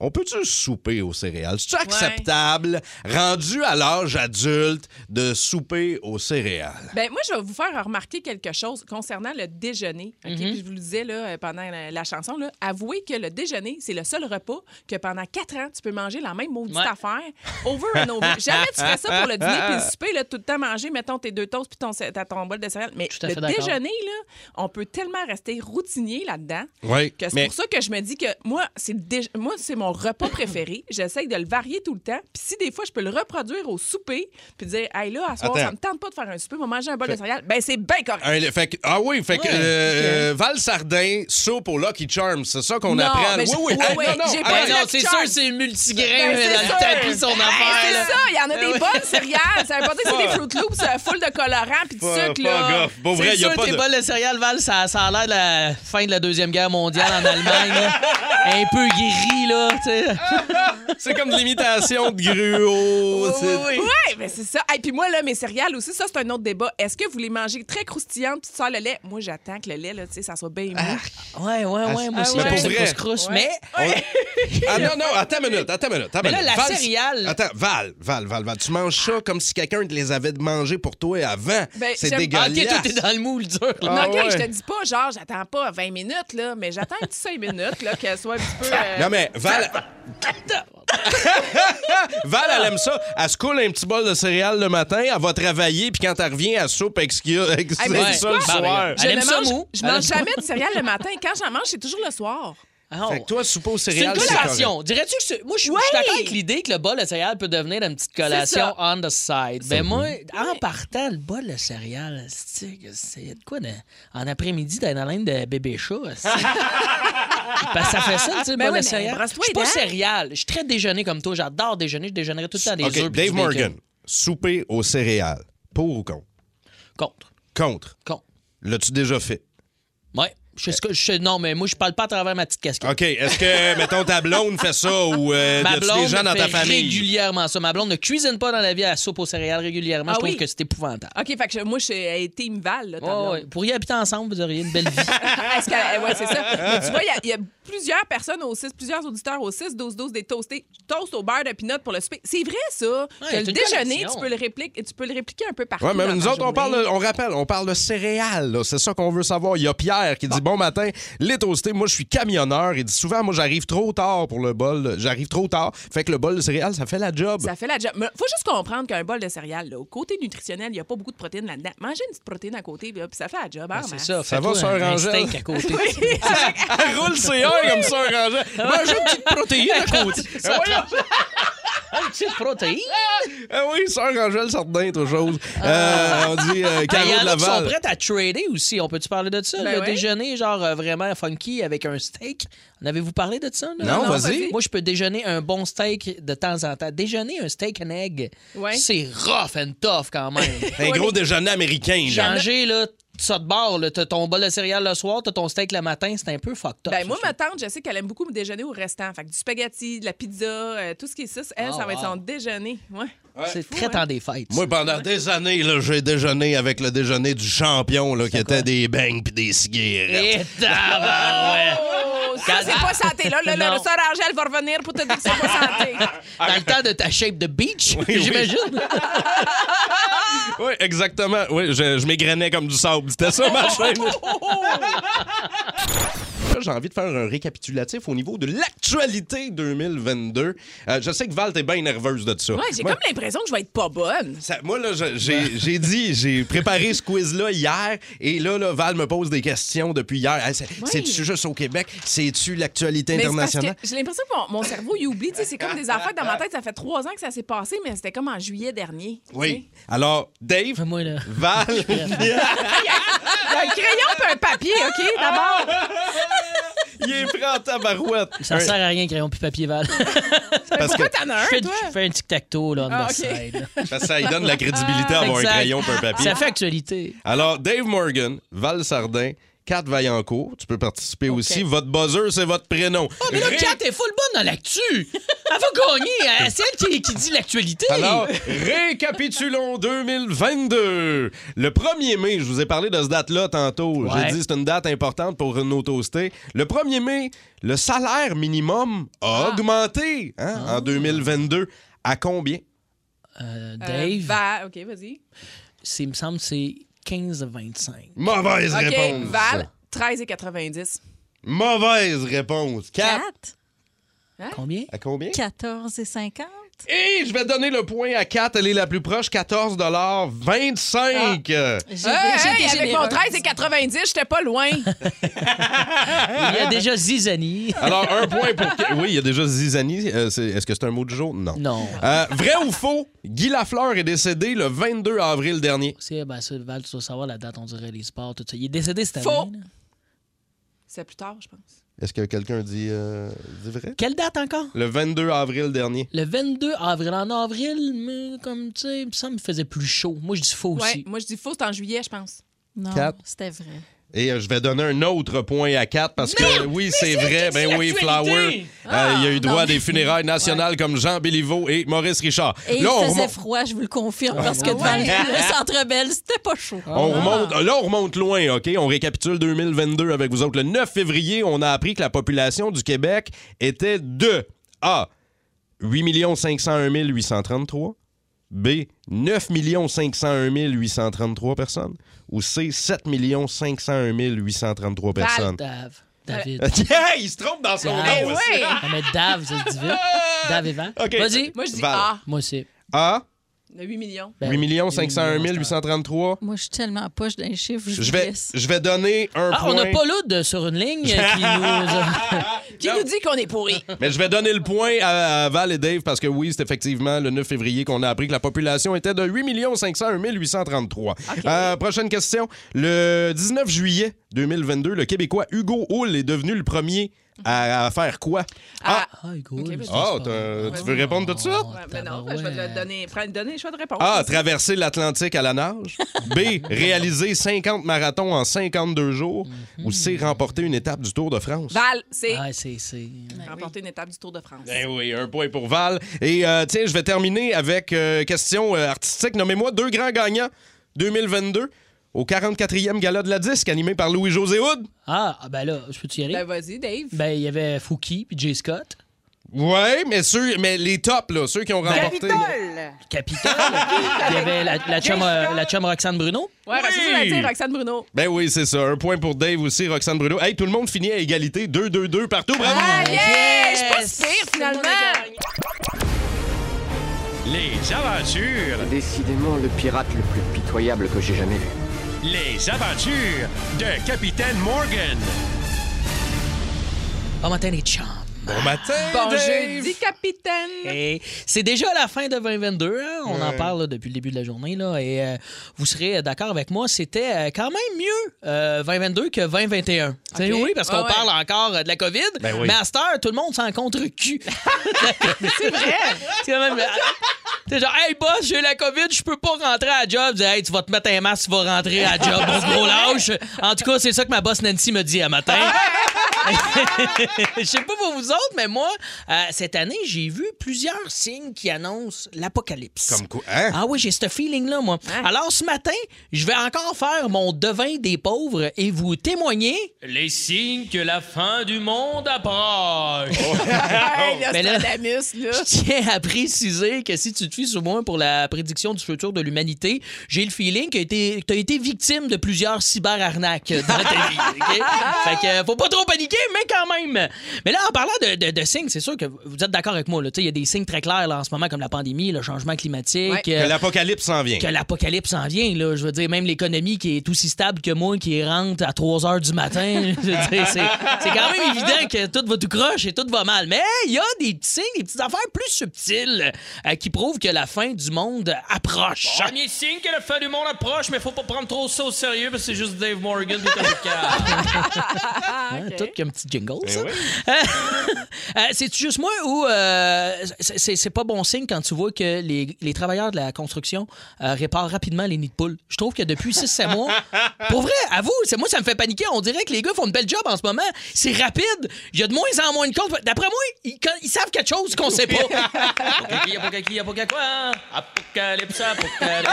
[SPEAKER 3] On peut-tu souper aux céréales? C'est-tu acceptable, rendu à l'âge adulte, de souper aux céréales?
[SPEAKER 5] Ben, moi, je vais vous faire remarquer quelque chose concernant le déjeuner.
[SPEAKER 4] Mhm.
[SPEAKER 5] OK? Puis je vous le disais là, euh, pendant la, la chanson. Là, avouez que le déjeuner, c'est le seul repas que pendant quatre ans, tu peux manger la même maudite
[SPEAKER 4] Ouais.
[SPEAKER 5] affaire over and over. Jamais tu fais ça pour le dîner puis le souper. Là, tout le temps manger, mettons tes deux toasts puis ton, cé- ta- ton bol de céréales. Mais
[SPEAKER 4] Tout à
[SPEAKER 5] le
[SPEAKER 4] fait d'accord.
[SPEAKER 5] déjeuner, là, on peut tellement rester routinier là-dedans
[SPEAKER 3] Oui.
[SPEAKER 5] que c'est
[SPEAKER 3] Mais
[SPEAKER 5] pour ça que je me dis que moi, c'est le déje- moi c'est mon mon repas préféré. J'essaye de le varier tout le temps. Puis si des fois, je peux le reproduire au souper, puis dire, hey là, à ce soir,
[SPEAKER 3] Attends.
[SPEAKER 5] ça me tente pas de faire un souper, on va manger un bol de céréales. Ben, c'est bien correct.
[SPEAKER 3] Un- fait que- ah oui, fait que
[SPEAKER 4] Ouais,
[SPEAKER 3] euh, Val Sardin soupe au Lucky Charms, c'est ça qu'on
[SPEAKER 5] Non,
[SPEAKER 3] apprend.
[SPEAKER 5] mais
[SPEAKER 3] Oui,
[SPEAKER 5] je-
[SPEAKER 3] oui,
[SPEAKER 5] ouais,
[SPEAKER 3] hey,
[SPEAKER 5] ouais,
[SPEAKER 3] non, non,
[SPEAKER 5] j'ai
[SPEAKER 3] hey,
[SPEAKER 5] pas
[SPEAKER 4] Ben
[SPEAKER 5] Hey,
[SPEAKER 4] non,
[SPEAKER 5] Jack
[SPEAKER 4] c'est
[SPEAKER 5] Charles.
[SPEAKER 4] sûr, c'est multigrain euh,
[SPEAKER 5] Ben, c'est
[SPEAKER 4] dans
[SPEAKER 5] sûr.
[SPEAKER 4] le tapis, son
[SPEAKER 5] Hey,
[SPEAKER 4] affaire. là.
[SPEAKER 5] c'est ça, il y
[SPEAKER 3] Ben
[SPEAKER 5] en a
[SPEAKER 4] Ouais.
[SPEAKER 5] des bonnes céréales. Ça veut pas dire que c'est des Fruit Loops euh, full de colorants puis de
[SPEAKER 3] Fuck,
[SPEAKER 5] sucre, là.
[SPEAKER 3] fuck off. Pour vrai,
[SPEAKER 4] C'est
[SPEAKER 3] il y a
[SPEAKER 4] sûr,
[SPEAKER 3] pas
[SPEAKER 4] tes
[SPEAKER 3] de...
[SPEAKER 4] bols de céréales, Val, ça, ça a l'air de la fin de la Deuxième Guerre mondiale en Allemagne. là. Un peu gris, là, tu sais.
[SPEAKER 5] Ah,
[SPEAKER 3] C'est comme de l'imitation de gruau. c'est-
[SPEAKER 5] Ouais, mais c'est ça. Et puis moi, là, mes céréales aussi, ça, c'est un autre débat. Est-ce que vous les mangez très croustillantes, puis tu sors le lait? Moi, j'attends que le lait, là, tu sais, ça soit bien mou.
[SPEAKER 3] Ah.
[SPEAKER 4] Ouais, ouais, ouais, moi aussi,
[SPEAKER 5] Ah,
[SPEAKER 4] j'aime
[SPEAKER 5] ouais. Mais
[SPEAKER 4] ça
[SPEAKER 5] pour
[SPEAKER 3] vrai.
[SPEAKER 4] crouscrousse,
[SPEAKER 5] Ouais.
[SPEAKER 4] mais...
[SPEAKER 3] Ah non, non, attends une minute, attends une minute. attends
[SPEAKER 4] Mais là,
[SPEAKER 3] une
[SPEAKER 4] la
[SPEAKER 3] minute.
[SPEAKER 4] céréale-
[SPEAKER 3] Attends, Val, Val, Val, Val, tu manges ça comme si quelqu'un te les avait mangés pour toi avant.
[SPEAKER 5] Ben,
[SPEAKER 3] c'est
[SPEAKER 5] j'aime-
[SPEAKER 3] dégueulasse.
[SPEAKER 4] Ah, Ok, toi, t'es dans le moule dur, là.
[SPEAKER 5] Non,
[SPEAKER 3] Ah
[SPEAKER 5] OK,
[SPEAKER 3] ouais.
[SPEAKER 5] je te dis pas, genre, j'attends pas 20 minutes, là, mais j'attends un petit 5 minutes, là, qu'elle soit un petit peu. euh,
[SPEAKER 3] Non, mais Val... Val, elle aime ça. Elle se coule un petit bol de céréales le matin, elle va travailler, puis quand elle revient, elle soupe avec ce qu'il y a- avec ça
[SPEAKER 5] Hey, mais c'est
[SPEAKER 3] le
[SPEAKER 5] quoi?
[SPEAKER 3] soir.
[SPEAKER 4] Elle aime
[SPEAKER 5] ne
[SPEAKER 4] ça
[SPEAKER 5] mange-
[SPEAKER 4] mou.
[SPEAKER 5] Je
[SPEAKER 4] Elle aime
[SPEAKER 5] mange
[SPEAKER 4] ça.
[SPEAKER 5] jamais de céréales le matin. Quand j'en mange, c'est toujours le soir.
[SPEAKER 4] Oh.
[SPEAKER 3] Fait que toi, soupe aux
[SPEAKER 4] C'est une
[SPEAKER 3] céréales,
[SPEAKER 4] collation. Dirais-tu que c'est- moi je suis je suis d'accord avec l'idée que le bol de céréales peut devenir une petite collation
[SPEAKER 5] C'est
[SPEAKER 4] on the side. Ben moi en partant le bol de céréales, c'est que c'est de quoi de- en après-midi dans la laine de bébé chat. c'est- Parce que ça fait ça, tu sais, le
[SPEAKER 5] Ben
[SPEAKER 4] bol de
[SPEAKER 5] oui, mais
[SPEAKER 4] céréales. Je
[SPEAKER 5] brasse-toi
[SPEAKER 4] suis pas
[SPEAKER 5] les dents.
[SPEAKER 4] céréales. Je suis très déjeuner comme toi. J'adore déjeuner. Je déjeunerais tout le temps des
[SPEAKER 3] correctes.
[SPEAKER 4] œufs.
[SPEAKER 3] OK,
[SPEAKER 4] puis du
[SPEAKER 3] Dave
[SPEAKER 4] bacon.
[SPEAKER 3] Morgan, souper aux céréales, pour ou contre?
[SPEAKER 4] Contre.
[SPEAKER 3] Contre.
[SPEAKER 4] Contre.
[SPEAKER 3] L'as-tu déjà fait?
[SPEAKER 4] Ouais. Je sais ce que- je sais- non, mais moi, je parle pas à travers ma petite casquette.
[SPEAKER 3] OK, est-ce que, mettons, ta blonde fait ça ou euh,
[SPEAKER 4] Ma
[SPEAKER 3] y a-tu des
[SPEAKER 4] blonde
[SPEAKER 3] gens dans
[SPEAKER 4] fait
[SPEAKER 3] ta famille?
[SPEAKER 4] régulièrement ça. Ma blonde ne cuisine pas dans la vie à la soupe aux céréales régulièrement.
[SPEAKER 5] Ah
[SPEAKER 4] je trouve
[SPEAKER 5] oui?
[SPEAKER 4] que c'est épouvantable.
[SPEAKER 5] OK, fait que je- moi, je suis euh, Team Val, là, ta
[SPEAKER 4] Ouais,
[SPEAKER 5] blonde.
[SPEAKER 4] Oh, ouais. Pour y habiter ensemble, vous auriez une belle vie.
[SPEAKER 5] Est-ce qu'elle- ouais, c'est ça. Mais tu vois, il y a- il y, a plusieurs personnes au 6, plusieurs auditeurs au 6, 12, 12 des toastés. Toast au beurre de pinot pour le souper. C'est vrai, ça.
[SPEAKER 4] Ouais,
[SPEAKER 5] que
[SPEAKER 4] c'est
[SPEAKER 5] le
[SPEAKER 4] une
[SPEAKER 5] déjeuner,
[SPEAKER 4] collection.
[SPEAKER 5] tu peux le, répliquer, tu peux le répliquer un peu partout.
[SPEAKER 3] Oui, mais
[SPEAKER 5] dans
[SPEAKER 3] nous
[SPEAKER 5] ta
[SPEAKER 3] autres, on
[SPEAKER 5] journée.
[SPEAKER 3] parle, on rappelle, on parle de céréales. là. C'est ça qu'on veut savoir. Il y a Pierre qui dit bon matin, les toastés. Moi, je suis camionneur. Il dit souvent, moi, j'arrive trop tard pour le bol. J'arrive trop tard. Fait que le bol de céréales, ça fait la job.
[SPEAKER 5] Ça fait la job. Mais faut juste comprendre qu'un bol de céréales, là, au côté nutritionnel, il n'y a pas beaucoup de protéines là-dedans. Mangez une petite protéine à côté, là, puis ça fait la job. hein,
[SPEAKER 4] Ah, c'est
[SPEAKER 5] man.
[SPEAKER 4] ça.
[SPEAKER 3] Ça
[SPEAKER 4] Fais-toi
[SPEAKER 3] va sur
[SPEAKER 4] un,
[SPEAKER 3] un
[SPEAKER 4] un
[SPEAKER 3] rangel.
[SPEAKER 4] steak à côté.
[SPEAKER 3] Elle roule ses heures comme ça, un rangeur. Mange une petite protéine à côté.
[SPEAKER 4] Ça- Un petit protéine.
[SPEAKER 3] Ah oui, Sœur Angèle Sardin, autre chose. Euh, on dit euh,
[SPEAKER 4] Ben, Il
[SPEAKER 3] Caro
[SPEAKER 4] y
[SPEAKER 3] de
[SPEAKER 4] en a qui sont
[SPEAKER 3] Laval.
[SPEAKER 4] prêtes à trader aussi. On peut-tu parler de ça?
[SPEAKER 5] Ben
[SPEAKER 4] le
[SPEAKER 5] ouais.
[SPEAKER 4] déjeuner, genre euh, vraiment funky avec un steak. En avez-vous parlé de ça? là?
[SPEAKER 3] Non,
[SPEAKER 5] Non,
[SPEAKER 3] vas-y.
[SPEAKER 5] vas-y.
[SPEAKER 4] Moi, je peux déjeuner un bon steak de temps en temps. Déjeuner un steak and egg,
[SPEAKER 5] Ouais.
[SPEAKER 4] c'est rough and tough quand même.
[SPEAKER 3] Un gros déjeuner américain, là.
[SPEAKER 4] Changer, là, ça de bord. là. T'as ton bol de céréales le soir, t'as ton steak le matin, c'est un peu fucked up.
[SPEAKER 5] Ben, moi,
[SPEAKER 4] ça,
[SPEAKER 5] ma
[SPEAKER 4] je
[SPEAKER 5] tante, je sais qu'elle aime beaucoup me déjeuner au restant. Fait que du spaghetti, de la pizza, euh, tout ce qui est ça, elle,
[SPEAKER 4] Ah,
[SPEAKER 5] ça va être
[SPEAKER 4] wow.
[SPEAKER 5] son déjeuner. Ouais.
[SPEAKER 4] trouve. C'est très temps
[SPEAKER 3] hein.
[SPEAKER 4] des fêtes.
[SPEAKER 3] Moi, pendant des années, là, j'ai déjeuné avec le déjeuner du champion, là, qui était des bangs puis des cigarettes.
[SPEAKER 4] Et tabarouette.
[SPEAKER 5] Oh, ça, c'est pas santé. Là, là, là,
[SPEAKER 4] Non.
[SPEAKER 5] le sœur Angèle va revenir pour te dire que c'est pas santé.
[SPEAKER 4] Dans le temps de ta shape de beach, j'imagine.
[SPEAKER 3] Oui, exactement. Oui, je, je m'égrenais comme du sable. C'était ça, ma chaîne. Là, J'ai envie de faire un récapitulatif au niveau de l'actualité 2022. Euh, je sais que Val, t'es bien nerveuse de ça.
[SPEAKER 5] Ouais, j'ai
[SPEAKER 3] Moi,
[SPEAKER 5] comme l'impression que je vais être pas bonne.
[SPEAKER 3] Ça- moi, là, je- j'ai j'ai dit, j'ai préparé ce quiz-là hier, et là, là, Val me pose des questions depuis hier. Hey, c'est-
[SPEAKER 5] Oui.
[SPEAKER 3] C'est-tu juste au Québec? C'est-tu l'actualité
[SPEAKER 5] Mais c'est parce
[SPEAKER 3] internationale?
[SPEAKER 5] que j'ai l'impression que mon, mon cerveau, il oublie. Tu sais, c'est comme des affaires dans ma tête. Ça fait trois ans que ça s'est passé, mais c'était comme en juillet dernier. tu sais.
[SPEAKER 3] Oui. Alors, Dave,
[SPEAKER 4] Moi, là.
[SPEAKER 3] Val,
[SPEAKER 5] Il y a un crayon puis un papier, OK, d'abord.
[SPEAKER 3] il est prêt en tabarouette.
[SPEAKER 4] Ça sert à rien, crayon puis papier val.
[SPEAKER 3] parce, que,
[SPEAKER 5] Pourquoi t'en as
[SPEAKER 4] je,
[SPEAKER 5] un,
[SPEAKER 4] fais,
[SPEAKER 5] toi?
[SPEAKER 4] je fais un tic-tac-toe, là, on
[SPEAKER 5] Ah,
[SPEAKER 4] the
[SPEAKER 5] ok.
[SPEAKER 4] side, là.
[SPEAKER 3] parce que ça lui donne la crédibilité à avoir un
[SPEAKER 4] Exact.
[SPEAKER 3] crayon pour un papier.
[SPEAKER 4] Ça fait actualité.
[SPEAKER 3] Alors, Dave Morgan, Val Sardin, Kat Vaillancourt, tu peux participer aussi. Votre buzzer, c'est votre prénom.
[SPEAKER 4] Ah, Mais là,
[SPEAKER 3] Ré-
[SPEAKER 4] Kat est full bonne dans l'actu. Elle va gagner. Elle- C'est elle qui, qui dit l'actualité. Euh,
[SPEAKER 3] Alors, récapitulons 2022. Le 1er mai, je vous ai parlé de cette date-là tantôt.
[SPEAKER 4] Ouais.
[SPEAKER 3] J'ai dit c'est une date importante pour nos toastés. Le 1er mai, le salaire minimum
[SPEAKER 4] Ah.
[SPEAKER 3] a augmenté hein, en 2022. À combien?
[SPEAKER 4] Euh,
[SPEAKER 5] Euh,
[SPEAKER 4] Dave,
[SPEAKER 5] Va- OK, vas-y.
[SPEAKER 4] c'est- il me semble que c'est 15-25.
[SPEAKER 3] Mauvaise
[SPEAKER 5] OK,
[SPEAKER 3] réponse.
[SPEAKER 5] Val, 13,90.
[SPEAKER 3] Mauvaise réponse. Kat,
[SPEAKER 4] Combien?
[SPEAKER 3] à combien?
[SPEAKER 6] 14 et 50.
[SPEAKER 3] Et je vais donner le point à 4. Elle est la plus proche. 14 25
[SPEAKER 5] Hey, hey, avec mon 13 et 90, j'étais pas loin.
[SPEAKER 4] Il y a déjà Zizani.
[SPEAKER 3] Alors, un point pour... Oui, il y a déjà Zizani. Euh, c'est- Est-ce que c'est un mot du jour? Non.
[SPEAKER 4] Non.
[SPEAKER 3] Euh, vrai ou faux, Guy Lafleur est décédé le 22 avril dernier.
[SPEAKER 4] C'est, ben, ça, Val, tu dois savoir la date, on dirait les sports, tout ça. Il est décédé cette
[SPEAKER 5] Faux.
[SPEAKER 4] année. là.
[SPEAKER 5] C'est plus tard, je pense.
[SPEAKER 3] Est-ce que quelqu'un dit, euh, dit vrai?
[SPEAKER 4] Quelle date encore?
[SPEAKER 3] Le 22 avril dernier.
[SPEAKER 4] Le 22 avril. En avril, mais comme tu sais, ça me faisait plus chaud. Moi, je dis faux
[SPEAKER 5] Ouais,
[SPEAKER 4] aussi.
[SPEAKER 5] moi, je dis faux, c'est en juillet, je pense.
[SPEAKER 6] Non,
[SPEAKER 3] Quatre.
[SPEAKER 6] c'était vrai.
[SPEAKER 3] Et euh, je vais donner un autre point à 4 parce que euh, oui, c'est vrai. Ben oui, Flower.
[SPEAKER 6] Ah,
[SPEAKER 3] euh, il y a eu droit à des funérailles nationales comme Jean Béliveau et Maurice Richard.
[SPEAKER 6] Et
[SPEAKER 3] Là,
[SPEAKER 6] il
[SPEAKER 3] on Ah, ben
[SPEAKER 6] faisait
[SPEAKER 3] remonte,
[SPEAKER 6] froid, je vous le confirme, parce que devant le le centre Bell, c'était pas chaud.
[SPEAKER 3] on remonte- là, on remonte loin, OK? On récapitule 2022 avec vous autres. Le 9 février, on a appris que la population du Québec était de A. 8 501 833. B. 9 501 833 personnes. Ou C. 7 501 833 personnes.
[SPEAKER 4] Dave. David.
[SPEAKER 3] Yeah, il se trompe dans son nom.
[SPEAKER 4] Ah,
[SPEAKER 3] aussi.
[SPEAKER 5] ouais.
[SPEAKER 4] Ah, mais Dave, ça se dit vite. Dave et Val.
[SPEAKER 3] OK.
[SPEAKER 4] Vas-y.
[SPEAKER 5] Moi, je dis
[SPEAKER 3] Val.
[SPEAKER 5] ah,
[SPEAKER 4] Moi aussi.
[SPEAKER 3] A,
[SPEAKER 5] le 8 millions.
[SPEAKER 4] Ben,
[SPEAKER 3] 8 501 833.
[SPEAKER 6] Moi, je suis tellement poche d'un chiffre, je,
[SPEAKER 3] Je vais, je vais donner un
[SPEAKER 4] Ah,
[SPEAKER 3] point.
[SPEAKER 4] on n'a pas l'autre sur une ligne qui nous.
[SPEAKER 5] Qui nous dit qu'on est pourri?
[SPEAKER 4] Ah.
[SPEAKER 3] Mais je vais donner le point à, à Val et Dave parce que oui, c'est effectivement le 9 février qu'on a appris que la population était de 8 501 833. Euh, prochaine question. Le 19 juillet 2022, le Québécois Hugo Hull est devenu le premier à, à faire quoi? Ah,
[SPEAKER 5] Ah,
[SPEAKER 4] Ah, cool.
[SPEAKER 5] Ok, vas-y.
[SPEAKER 3] Ah, t'as- tu veux répondre tout de suite?
[SPEAKER 4] Oh,
[SPEAKER 5] ouais, ben non, ben, je vais te le donner, prends- donner le choix de réponse.
[SPEAKER 3] A. Traverser l'Atlantique à la nage. B. Réaliser 50 marathons en 52 jours. Ou C. Remporter une étape du Tour de France.
[SPEAKER 5] Val, c'est
[SPEAKER 4] Ah, c'est. c'est-
[SPEAKER 5] remporter une étape du Tour de France.
[SPEAKER 3] Ben oui, un point pour Val. Et euh, tiens, je vais terminer avec euh, question euh, artistique. Nommez-moi deux grands gagnants 2022 au 44e Gala de la Disque animé par Louis-José Hood.
[SPEAKER 4] Ah, ah, ben là, je peux-tu y aller?
[SPEAKER 5] Ben, vas-y, Dave.
[SPEAKER 4] Ben, il y avait Fouki puis Jay Scott.
[SPEAKER 3] Ouais, mais ceux, mais les tops, là, ceux qui ont remporté.
[SPEAKER 4] Capitale. il y avait la, la chum, euh, la chum Roxane Bruno.
[SPEAKER 5] Ouais,
[SPEAKER 3] Oui!
[SPEAKER 5] Roxane, tu l'as dit, Roxane Bruno.
[SPEAKER 3] Ben oui, c'est ça. Un point pour Dave aussi, Roxane Bruno. Hey, tout le monde finit à égalité. 2-2-2 partout. Bravo!
[SPEAKER 5] Ah, yeah! Je suis pas
[SPEAKER 4] yes!
[SPEAKER 5] si pire, finalement.
[SPEAKER 1] Les aventures,
[SPEAKER 10] Décidément le pirate le plus pitoyable que j'ai jamais vu.
[SPEAKER 1] les aventures de Capitaine Morgan.
[SPEAKER 4] Bon matin, les chums.
[SPEAKER 3] Bon matin,
[SPEAKER 5] Bon
[SPEAKER 3] Dave!
[SPEAKER 5] jeudi, capitaine.
[SPEAKER 4] Et c'est déjà la fin de 2022. hein. On en parle là, depuis le début de la journée. Là, et euh, vous serez d'accord avec moi, c'était euh, quand même mieux euh, 2022 que 2021. Tu sais,
[SPEAKER 5] Ok.
[SPEAKER 4] Oui, parce qu'on
[SPEAKER 5] Ah ouais.
[SPEAKER 4] parle encore euh, de la COVID.
[SPEAKER 3] Ben oui.
[SPEAKER 4] Mais à cette heure, tout le monde s'en contre cul. c'est vrai. C'est quand même. euh, T'es genre, hey boss, j'ai la COVID, je peux pas rentrer à la job. Je dis, hey, tu vas te mettre un masque, tu vas rentrer à la job, gros, gros lâche. En tout cas, c'est ça que ma boss Nancy me dit à matin.
[SPEAKER 5] Ah,
[SPEAKER 4] Je sais pas pour vous autres, mais moi, euh, cette année, j'ai vu plusieurs signes qui annoncent l'apocalypse.
[SPEAKER 3] Comme quoi? Hein?
[SPEAKER 4] Ah oui, j'ai ce feeling-là, moi. Alors, ce matin, je vais encore faire mon devin des pauvres et vous témoigner. Les signes que la fin du monde approche.
[SPEAKER 3] Oh.
[SPEAKER 5] Hey, là,
[SPEAKER 4] Mais là-
[SPEAKER 5] Stradamus, là.
[SPEAKER 4] Je tiens à préciser que si tu te fies sur moi pour la prédiction du futur de l'humanité, j'ai le feeling que tu as été victime de plusieurs cyberarnaques dans ta vie. OK? Fait que euh, faut pas trop paniquer, mais quand même. Mais là, en parlant de, de- de signes, c'est sûr que vous êtes d'accord avec moi. là. Tu sais, Il y a des signes très clairs là, en ce moment, comme la pandémie, le changement climatique.
[SPEAKER 5] Ouais.
[SPEAKER 4] euh,
[SPEAKER 3] Que l'apocalypse s'en vient.
[SPEAKER 4] que l'apocalypse s'en vient. Là. Je veux dire, même l'économie qui est aussi stable que moi, qui rentre à 3 heures du matin, je veux dire, c'est c'est quand même évident que tout va tout croche et tout va mal. Mais il y a des petits signes, des petites affaires plus subtiles euh, qui prouvent que la fin du monde approche.
[SPEAKER 12] Premier signe que la fin du monde approche, mais faut pas prendre trop ça au sérieux parce que c'est juste Dave Morgan qui est avec
[SPEAKER 5] Ah,
[SPEAKER 4] Hein, Tout comme un petit jingle, ça.
[SPEAKER 3] oui.
[SPEAKER 4] Euh, C'est-tu juste moi ou euh, c'est- c'est c'est pas bon signe quand tu vois que les, les travailleurs de la construction euh, réparent rapidement les nids de poules? Je trouve que depuis 6-7 mois, pour vrai, avoue, c'est moi, ça me fait paniquer. On dirait que les gars font une belle job en ce moment. C'est rapide. Il y a de moins en moins de comptes. D'après moi, ils, quand- ils savent quelque chose qu'on sait pas.
[SPEAKER 12] Apocalipse, apocalypse, apocalypse, quoi? Apocalypse, apocalypse.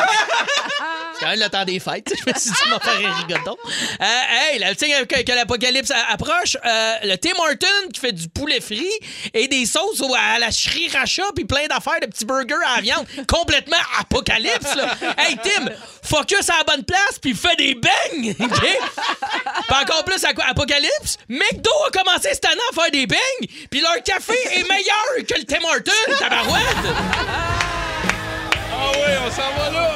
[SPEAKER 4] C'est quand même le temps des fêtes. Je me suis dit, m'en faire un rigodon. Euh, hey, là, tu sais, que, que l'apocalypse a- approche, euh, le Tim Horton qui fait du poulet frit et des sauces au- à la sriracha puis plein d'affaires de petits burgers à la viande. Complètement apocalypse, là. Hey, Tim, focus à la bonne place puis fais des beignes, OK? Puis encore plus à quoi- apocalypse, McDo a commencé cette année à faire des beignes puis leur café est meilleur que le Tim Horton, tabarouette. s'en va là!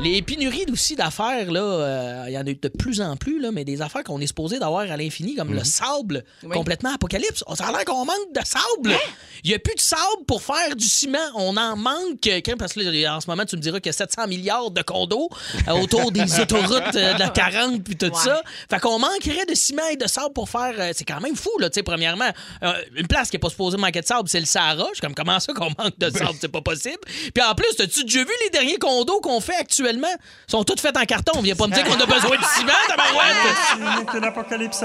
[SPEAKER 4] Les pénuries aussi d'affaires, là, euh, il y en a de plus en plus, là, mais des affaires qu'on est supposé d'avoir à l'infini, comme le sable, complètement apocalypse. On- Ça a l'air qu'on manque de sable. Il n'y a plus de sable pour faire du ciment. On en manque. euh, quand- Parce que là, en ce moment, tu me diras qu'il y a 700 milliards de condos euh, autour des autoroutes euh, de la 40 puis tout ça. Fait qu'on manquerait de ciment et de sable pour faire. euh, c'est quand même fou, là, tu sais, premièrement. euh, une place qui n'est pas supposée manquer de sable, c'est le Sahara. Je suis comme, comment ça qu'on manque de sable? C'est pas possible. Puis en plus, as-tu déjà vu les derniers condos qu'on fait actuellement? Ils sont tous faits en carton. Viens pas me dire qu'on a besoin de ciment, tabarouette!
[SPEAKER 13] que l'apocalypse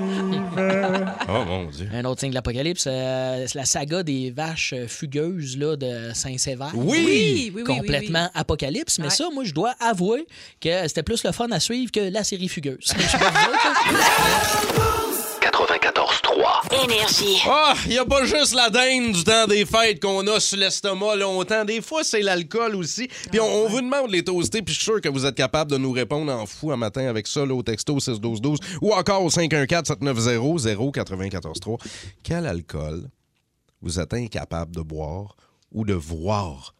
[SPEAKER 13] arrive.
[SPEAKER 3] Oh mon Dieu.
[SPEAKER 4] Un autre signe de l'apocalypse, euh, c'est la saga des vaches euh, fugueuses là, de Saint-Sévère.
[SPEAKER 3] Oui! Oui, oui, oui,
[SPEAKER 4] Complètement apocalypse. Mais ça, moi, je dois avouer que c'était plus le fun à suivre que la série Fugueuse. Je sais pas vous autres, là.
[SPEAKER 10] 94.3.
[SPEAKER 2] Énergie.
[SPEAKER 3] Ah, il n'y a pas juste la dinde du temps des fêtes qu'on a sur l'estomac longtemps. Des fois, c'est l'alcool aussi. Puis
[SPEAKER 4] Ah,
[SPEAKER 3] on, on vous demande les toastés, puis je suis sûr que vous êtes capable de nous répondre en fou un matin avec ça, là, au texto 61212 ou encore au 514-790-0943. Quel alcool vous êtes incapable de boire ou de voir?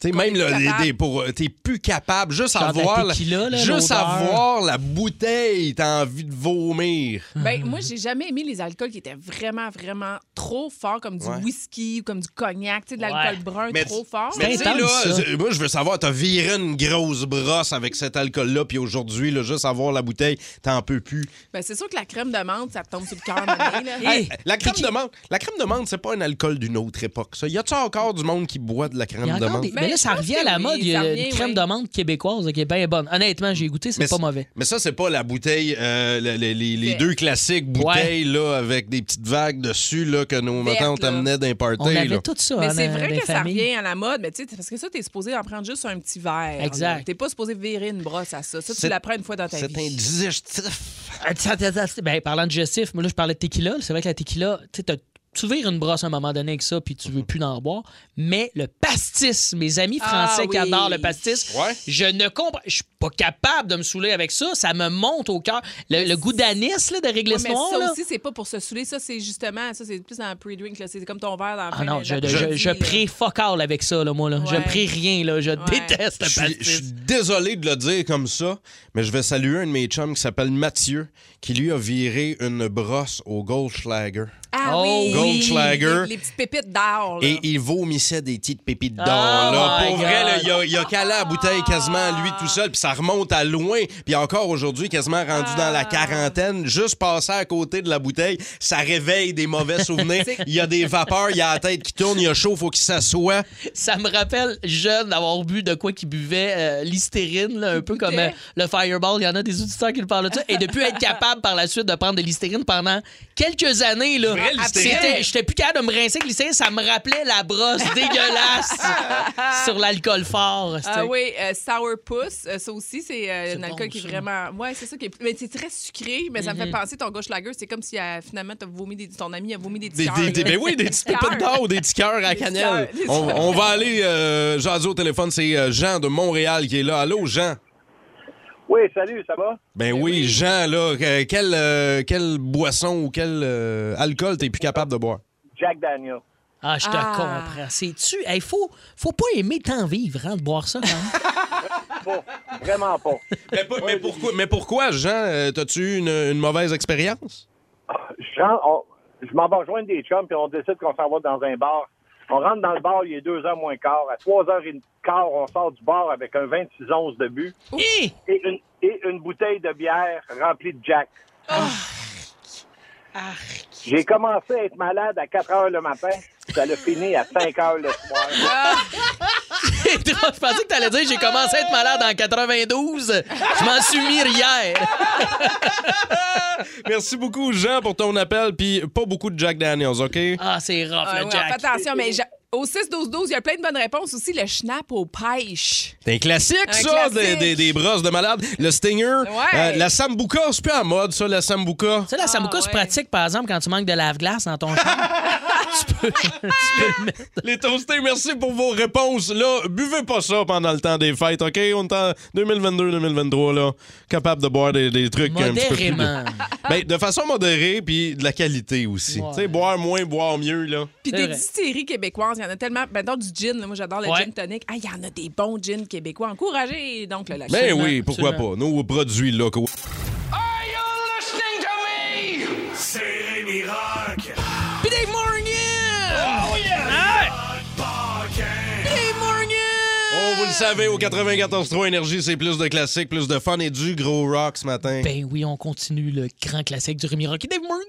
[SPEAKER 3] Tu sais, même
[SPEAKER 4] est
[SPEAKER 3] là,
[SPEAKER 4] plus
[SPEAKER 3] les-
[SPEAKER 4] capable.
[SPEAKER 3] des- pour, euh, t'es plus capable, juste
[SPEAKER 4] Genre
[SPEAKER 3] à
[SPEAKER 4] de la
[SPEAKER 3] voir, la-
[SPEAKER 4] tequila, là,
[SPEAKER 3] juste à
[SPEAKER 4] l'odeur.
[SPEAKER 3] voir la bouteille, t'as envie de vomir.
[SPEAKER 5] Ben,
[SPEAKER 4] Mhm.
[SPEAKER 5] moi, j'ai jamais aimé les alcools qui étaient vraiment, vraiment trop forts, comme du
[SPEAKER 3] Ouais.
[SPEAKER 5] whisky ou comme du cognac, tu sais, de l'alcool brun
[SPEAKER 3] Mais-
[SPEAKER 5] trop fort.
[SPEAKER 3] Mais tu sais, là, c'est- moi, je veux savoir, t'as viré une grosse brosse avec cet alcool-là, puis aujourd'hui, là, juste avoir la bouteille, t'en peux plus.
[SPEAKER 5] Ben, c'est sûr que la crème de menthe, ça te tombe sur le cœur. à un moment donné, là.
[SPEAKER 3] Hey, la crème de menthe, la crème de menthe, c'est pas un alcool d'une autre époque. Ça. Y a-tu encore du monde qui boit de la crème
[SPEAKER 4] Il y a
[SPEAKER 3] de
[SPEAKER 4] encore
[SPEAKER 3] menthe
[SPEAKER 5] Ben,
[SPEAKER 4] des- Mais là, ça revient à la mode. Il y a une crème de menthe québécoise là, qui est bien bonne. Honnêtement, j'ai goûté, c'est pas mauvais.
[SPEAKER 3] Mais ça, c'est pas la bouteille, euh, le- le- les, les
[SPEAKER 4] Ouais.
[SPEAKER 3] deux classiques bouteilles là, avec des petites vagues dessus là, que nos
[SPEAKER 5] Verte,
[SPEAKER 3] matins
[SPEAKER 5] là.
[SPEAKER 3] t'amenaient d'un party. là.
[SPEAKER 4] hein,
[SPEAKER 5] Mais c'est vrai que ça revient à la mode, mais tu sais, c'est parce que ça, t'es supposé en prendre juste un petit verre.
[SPEAKER 3] Exact.
[SPEAKER 5] là. T'es pas supposé virer une brosse à ça. Ça,
[SPEAKER 4] C'est-
[SPEAKER 5] tu l'apprends une fois dans ta vie.
[SPEAKER 3] indigestif.
[SPEAKER 4] Ben, parlant de digestif, moi, là, je parlais de tequila. C'est vrai que la tequila, tu sais, t'as- tu vires une brosse à un moment donné avec ça, puis
[SPEAKER 3] Mhm.
[SPEAKER 4] tu veux plus en boire. Mais le pastis, mes amis
[SPEAKER 12] Ah
[SPEAKER 4] français qui
[SPEAKER 12] oui.
[SPEAKER 4] adorent le pastis, je ne comprends. Je suis pas capable de me saouler avec ça. Ça me monte au cœur. Le, le goût d'anis là, de
[SPEAKER 5] Ouais,
[SPEAKER 4] réglisse
[SPEAKER 5] mais
[SPEAKER 4] noire.
[SPEAKER 5] ça
[SPEAKER 4] là.
[SPEAKER 5] aussi, c'est pas pour se saouler. Ça, c'est justement, ça, c'est plus dans le pre-drink. là. C'est comme ton verre dans la
[SPEAKER 4] Ah
[SPEAKER 5] fin
[SPEAKER 4] non,
[SPEAKER 5] de-
[SPEAKER 4] je, je,
[SPEAKER 5] d'après-
[SPEAKER 4] je prie fuck all avec ça, là, moi. Là. Je
[SPEAKER 5] Ouais.
[SPEAKER 4] prie rien, là. Je déteste
[SPEAKER 3] Je
[SPEAKER 4] le
[SPEAKER 3] suis-
[SPEAKER 4] pastis.
[SPEAKER 3] je suis désolé de le dire comme ça, mais je vais saluer un de mes chums qui s'appelle Mathieu, qui lui a viré une brosse au Goldschlager.
[SPEAKER 5] Ah
[SPEAKER 4] Oh,
[SPEAKER 5] oui!
[SPEAKER 3] Goldschlager.
[SPEAKER 5] Les, les petites pépites d'or. là.
[SPEAKER 3] Et il vomissait des petites pépites d'or.
[SPEAKER 4] Oh
[SPEAKER 3] là.
[SPEAKER 4] my
[SPEAKER 3] Pour vrai,
[SPEAKER 4] God.
[SPEAKER 3] là, il a, il a calé la bouteille quasiment à lui tout seul, puis ça remonte à loin. Puis encore aujourd'hui, quasiment rendu dans la quarantaine, juste passé à côté de la bouteille, ça réveille des mauvais souvenirs. Il y a des vapeurs, il y a la tête qui tourne, il y a chaud, faut qu'il s'assoie.
[SPEAKER 4] Ça me rappelle jeune d'avoir bu de quoi qui buvait euh, l'hystérine, là, un peu comme euh, le Fireball. Il y en a des auditeurs qui le parlent de ça. Et de plus être capable par la suite de prendre de l'hystérine pendant quelques années. Là.
[SPEAKER 12] Vrai, l'hystérine.
[SPEAKER 4] C'était- J'étais plus capable de me rincer avec l'hystérine. Ça me rappelait la brosse dégueulasse sur l'alcool fort.
[SPEAKER 5] Ah
[SPEAKER 4] c'était-
[SPEAKER 5] oui, euh, sourpuss, euh, ça aussi, c'est euh, un alcool
[SPEAKER 4] bon,
[SPEAKER 5] qui est
[SPEAKER 4] ça.
[SPEAKER 5] vraiment. Ouais, c'est ça qui est. Mais c'est très sucré, mais ça me fait
[SPEAKER 4] Mhm.
[SPEAKER 5] penser ton gauchlager. C'est comme si euh, finalement, t'as vomi des... ton ami a vomi des
[SPEAKER 3] Des,
[SPEAKER 5] petits
[SPEAKER 3] des- des- ben oui, des petites pépites d'or ou des petits cœurs à
[SPEAKER 5] Des petits cœurs,
[SPEAKER 3] cannelle.
[SPEAKER 5] des
[SPEAKER 3] On,
[SPEAKER 5] cœurs.
[SPEAKER 3] on va aller euh, jaser au téléphone. C'est euh, Jean de Montréal qui est là. Allô, Jean?
[SPEAKER 14] Oui, salut, ça va?
[SPEAKER 3] Ben oui, Jean, là, que- quelle, euh, quelle boisson ou quel euh, alcool t'es plus capable de boire?
[SPEAKER 14] Jack Daniel.
[SPEAKER 4] Ah, je te
[SPEAKER 14] Ah.
[SPEAKER 4] comprends. C'est-tu? Il faut, faut pas aimer tant vivre hein, de boire ça. hein?
[SPEAKER 14] Vraiment pas.
[SPEAKER 3] Mais, pas- mais pourquoi, mais pourquoi, Jean? Euh, T'as-tu eu une, une mauvaise expérience?
[SPEAKER 14] Jean, on- je m'en vais rejoindre des chums, puis on décide qu'on s'en va dans un bar. On rentre dans le bar, il est 2 h moins quart. À 3 h quart, on sort du bar avec un 26 onces de but et une, et une bouteille de bière remplie de Jack. J'ai commencé à être malade à 4 h le matin. Ça l'a fini à 5 h le soir.
[SPEAKER 4] je pensais que t'allais dire j'ai commencé à être malade en 92. Je m'en suis mis hier.
[SPEAKER 3] Merci beaucoup, Jean, pour ton appel, puis pas beaucoup de Jack Daniels, OK?
[SPEAKER 4] Ah, c'est rough,
[SPEAKER 5] Ah ouais, fais attention, mais j'a- au 6-12-12, il y a plein de bonnes réponses aussi. Le schnapp aux pêches.
[SPEAKER 3] C'est un classique,
[SPEAKER 5] Un
[SPEAKER 3] ça, Des,
[SPEAKER 5] classique.
[SPEAKER 3] des- des brosses de malade. Le Stinger, euh, la Sambuca, c'est plus en mode, ça, la Sambuca.
[SPEAKER 4] Ça, la sambuca, c'est pratique, par exemple, quand tu manques de lave-glace dans ton champ. tu peux, le mettre.
[SPEAKER 3] Les toastés, merci pour vos réponses. Là, buvez pas ça pendant le temps des fêtes, OK? On est en 2022-2023, là. Capable de boire des, des trucs un petit peu plus...
[SPEAKER 4] Modérément.
[SPEAKER 3] Ben, de façon modérée, puis de la qualité aussi. Tu sais, boire moins, boire mieux, là.
[SPEAKER 5] Puis des distilleries québécoises, il y en a tellement. Ben, donc, du gin, là, moi j'adore le
[SPEAKER 3] Ouais.
[SPEAKER 5] gin tonic. Ah, il y en a des bons gins québécois. Encouragez donc le lac.
[SPEAKER 3] Ben oui, pourquoi pas? Nos produits locaux.
[SPEAKER 13] C'est Rémi Rock.
[SPEAKER 4] Puis des mornings!
[SPEAKER 13] Oh
[SPEAKER 4] yeah! Des mornings!
[SPEAKER 3] Oh, vous le savez, au 94.3 Énergie, c'est plus de classiques, plus de fun et du gros rock ce matin.
[SPEAKER 4] Ben oui, on continue le grand classique du Rémi Rocky Dave Morgan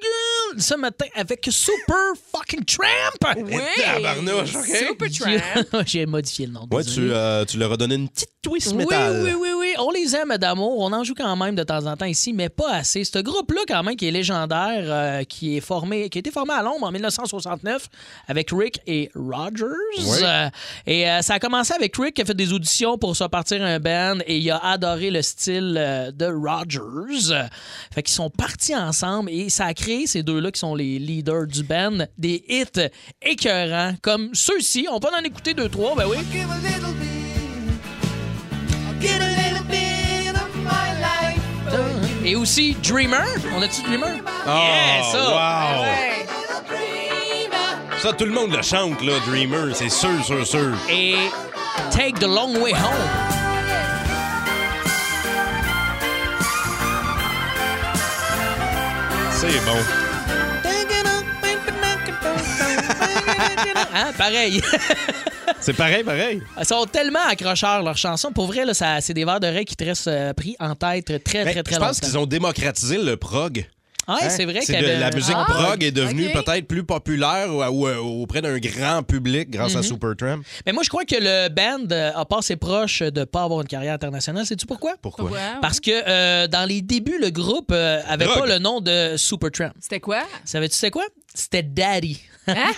[SPEAKER 4] ce matin avec Super Fucking Tramp!
[SPEAKER 3] Oui! Et tabarnouche, OK?
[SPEAKER 4] Supertramp. J'ai modifié le nom.
[SPEAKER 3] Ouais, tu, euh, tu leur as donné une petite twist métal.
[SPEAKER 4] Oui, oui, oui, oui. On les aime d'amour. On en joue quand même de temps en temps ici, mais pas assez. Ce groupe-là, quand même, qui est légendaire, euh, qui est formé, qui a été formé à Londres en 1969 avec Rick et Rogers.
[SPEAKER 15] Oui.
[SPEAKER 4] Euh, et euh, ça a commencé avec Rick qui a fait des auditions pour se partir un band et il a adoré le style euh, de Rogers. Euh, Fait qu'ils sont partis ensemble et ça a créé ces deux-là qui sont les leaders du band des hits écœurants comme ceux-ci. On peut en écouter deux, trois, ben oui.
[SPEAKER 13] Get a little bit of my life.
[SPEAKER 4] Et aussi Dreamer. On a-tu Dreamer? yeah,
[SPEAKER 3] Oh,
[SPEAKER 4] ça!
[SPEAKER 3] wow. Ça, tout le monde le chante, là, Dreamer. C'est sûr, sûr, sûr.
[SPEAKER 4] Et Take the Long Way Home.
[SPEAKER 3] C'est bon.
[SPEAKER 4] Hein, pareil.
[SPEAKER 3] C'est pareil, pareil.
[SPEAKER 4] Ils sont tellement accrocheurs, leurs chansons. Pour vrai, là, ça- c'est des verres d'oreilles qui te restent euh, pris en tête très, très, très,
[SPEAKER 3] Ben, Je
[SPEAKER 4] longtemps.
[SPEAKER 3] pense qu'ils ont démocratisé le prog.
[SPEAKER 4] Ouais, c'est vrai
[SPEAKER 3] C'est
[SPEAKER 4] qu'il y
[SPEAKER 3] de-
[SPEAKER 4] avait-
[SPEAKER 3] La musique
[SPEAKER 4] Ah,
[SPEAKER 3] prog est devenue
[SPEAKER 4] ok.
[SPEAKER 3] peut-être plus populaire ou, ou- ou- auprès d'un grand public grâce à
[SPEAKER 4] Mhm.
[SPEAKER 3] Supertramp.
[SPEAKER 4] Mais moi, je crois que le band euh, a passé proche de pas avoir une carrière internationale. Sais-tu pourquoi?
[SPEAKER 3] Pourquoi? Pourquoi,
[SPEAKER 5] Ah
[SPEAKER 3] ouais?
[SPEAKER 4] Parce que euh, dans les débuts, le groupe euh, avait
[SPEAKER 5] Drogue.
[SPEAKER 4] pas le nom de Supertramp.
[SPEAKER 5] C'était quoi?
[SPEAKER 4] Savais-tu c'est quoi? C'était Daddy.
[SPEAKER 5] Hein?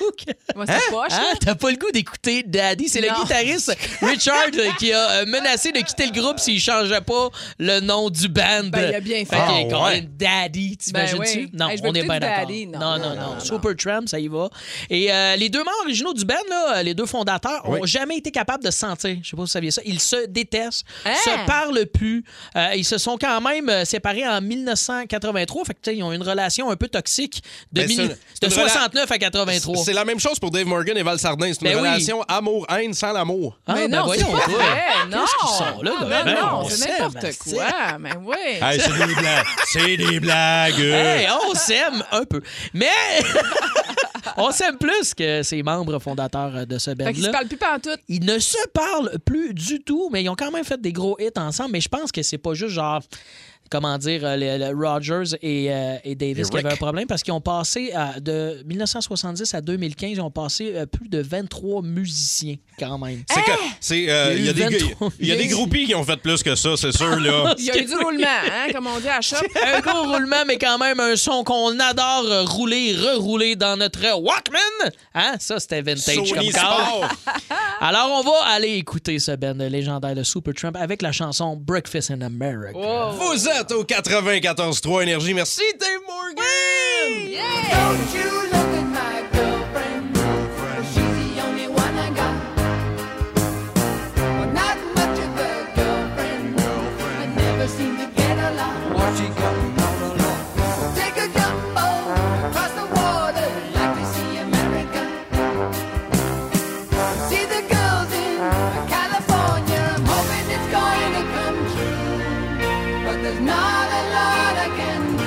[SPEAKER 5] Moi, c'est poche, là.
[SPEAKER 4] Hein? T'as pas le goût d'écouter Daddy. C'est le
[SPEAKER 5] Non.
[SPEAKER 4] guitariste Richard euh, qui a euh, menacé de quitter le groupe s'il changeait pas le nom du band.
[SPEAKER 5] Ben, il a bien
[SPEAKER 4] que,
[SPEAKER 5] fait. Ah,
[SPEAKER 4] quand
[SPEAKER 5] ouais.
[SPEAKER 4] même, Daddy, t'imagines-tu?
[SPEAKER 5] Ben oui.
[SPEAKER 4] Non,
[SPEAKER 5] Hey, je veux
[SPEAKER 4] on est
[SPEAKER 5] écouter
[SPEAKER 4] pas
[SPEAKER 5] du
[SPEAKER 4] d'accord.
[SPEAKER 5] Daddy, non.
[SPEAKER 4] non, non, non. Supertramp, ça y va. Et euh, les deux membres originaux du band, là, euh, les deux fondateurs, ont
[SPEAKER 5] Oui.
[SPEAKER 4] jamais été capables de se sentir. Je sais pas si vous saviez ça. Ils se détestent,
[SPEAKER 5] Hein?
[SPEAKER 4] se parlent plus. Euh, ils se sont quand même euh, séparés en 1983. Fait que, tu sais, ils ont une relation un peu toxique de,
[SPEAKER 3] Ben, c'est
[SPEAKER 4] mille-
[SPEAKER 3] une- c'est
[SPEAKER 4] de
[SPEAKER 3] une rela-
[SPEAKER 4] 69 à 83.
[SPEAKER 3] C'est la même chose pour Dave Morgan et Val Sardin. C'est une
[SPEAKER 4] Ben oui.
[SPEAKER 3] relation amour-haine sans l'amour.
[SPEAKER 4] Ah, Mais ben non, voyons, c'est pas toi. vrai.
[SPEAKER 5] non!
[SPEAKER 4] Qu'est-ce qu'ils sont, là,
[SPEAKER 5] Ah,
[SPEAKER 4] ben,
[SPEAKER 5] non,
[SPEAKER 4] ben,
[SPEAKER 5] non,
[SPEAKER 4] on
[SPEAKER 5] c'est
[SPEAKER 4] s'aime,
[SPEAKER 5] n'importe
[SPEAKER 4] c'est-
[SPEAKER 5] quoi. Mais oui.
[SPEAKER 3] Hey, c'est des blagues. C'est des blagues.
[SPEAKER 4] Ah. Hey, on s'aime un peu. Mais on s'aime plus que ces membres fondateurs euh, de ce
[SPEAKER 5] Fait qu'ils se
[SPEAKER 4] band-là.
[SPEAKER 5] parlent plus pantoute.
[SPEAKER 4] Ils ne se parlent plus du tout, mais ils ont quand même fait des gros hits ensemble. Mais je pense que c'est pas juste genre. Comment dire, euh, le, le Rogers et, euh, et Davis
[SPEAKER 3] Et
[SPEAKER 4] qui avaient un
[SPEAKER 3] Rick.
[SPEAKER 4] problème parce qu'ils ont passé euh, de 1970 à 2015, ils ont passé euh, plus de 23 musiciens quand même.
[SPEAKER 3] C'est que- c'est, euh, Il y a
[SPEAKER 4] Il y a eu
[SPEAKER 3] des gars-
[SPEAKER 4] 23.
[SPEAKER 3] il y a des groupies qui ont fait plus que ça, c'est sûr. là.
[SPEAKER 5] Il y a eu du roulement, hein, comme on dit à Shop.
[SPEAKER 4] un gros roulement, mais quand même un son qu'on adore euh, rouler, et rerouler dans notre Walkman. Hein? Ça, c'était vintage
[SPEAKER 3] Sony
[SPEAKER 4] comme
[SPEAKER 3] Sport.
[SPEAKER 4] car. Alors, on va aller écouter ce band légendaire de Supertramp avec la chanson Breakfast in America.
[SPEAKER 3] Vous êtes au 94.3 Énergie. Merci, Dave Morgan.
[SPEAKER 13] Don't you look at my girlfriend. She's the only one I got. Well, not much of a girlfriend. I never seem to get along. What she got? Take a jumbo across the water. Like to see America. See the girls in California. I'm hoping it's going to come true. But there's not a lot I can do.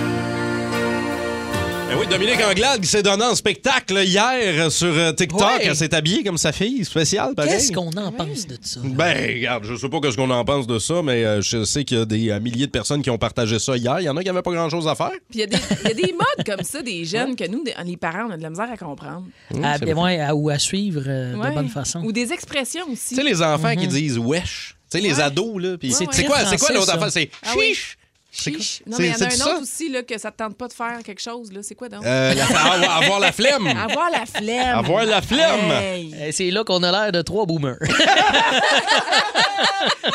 [SPEAKER 3] Ben oui, Dominique Anglade qui s'est donné en spectacle hier sur euh, TikTok.
[SPEAKER 4] Ouais.
[SPEAKER 3] Elle s'est habillée comme sa fille, spéciale, pareil.
[SPEAKER 4] Qu'est-ce qu'on en pense de ça?
[SPEAKER 3] Ben, regarde, je sais pas ce qu'on en pense de ça, mais euh, je sais qu'il y a des euh, milliers de personnes qui ont partagé ça hier. Il y en a qui avaient pas grand-chose à faire.
[SPEAKER 5] Puis il y, a des- il y a des modes comme ça, des jeunes, que nous, des- les parents, on a de la misère à comprendre.
[SPEAKER 4] À- ouais, à- ou à suivre euh,
[SPEAKER 5] Ouais.
[SPEAKER 4] de bonne façon.
[SPEAKER 5] Ou des expressions aussi.
[SPEAKER 3] Tu sais, les enfants qui disent wesh. Tu sais, les ados, là. puis-
[SPEAKER 5] Mm-hmm. Ouais,
[SPEAKER 3] C'est
[SPEAKER 5] ouais.
[SPEAKER 3] quoi, c'est quoi
[SPEAKER 5] Français,
[SPEAKER 3] l'autre
[SPEAKER 5] ça.
[SPEAKER 3] affaire? C'est
[SPEAKER 5] Ah oui.
[SPEAKER 3] chiche. C'est quoi?
[SPEAKER 5] Non,
[SPEAKER 3] C'est-
[SPEAKER 5] mais il y en a un
[SPEAKER 3] c'est-tu ça?
[SPEAKER 5] autre aussi là, que ça te tente pas de faire quelque chose. là. C'est quoi donc?
[SPEAKER 3] Euh, la- avoir- avoir la flemme.
[SPEAKER 5] Avoir la flemme.
[SPEAKER 3] Avoir la flemme.
[SPEAKER 5] Hey.
[SPEAKER 4] Eh, C'est là qu'on a l'air de trois boomers.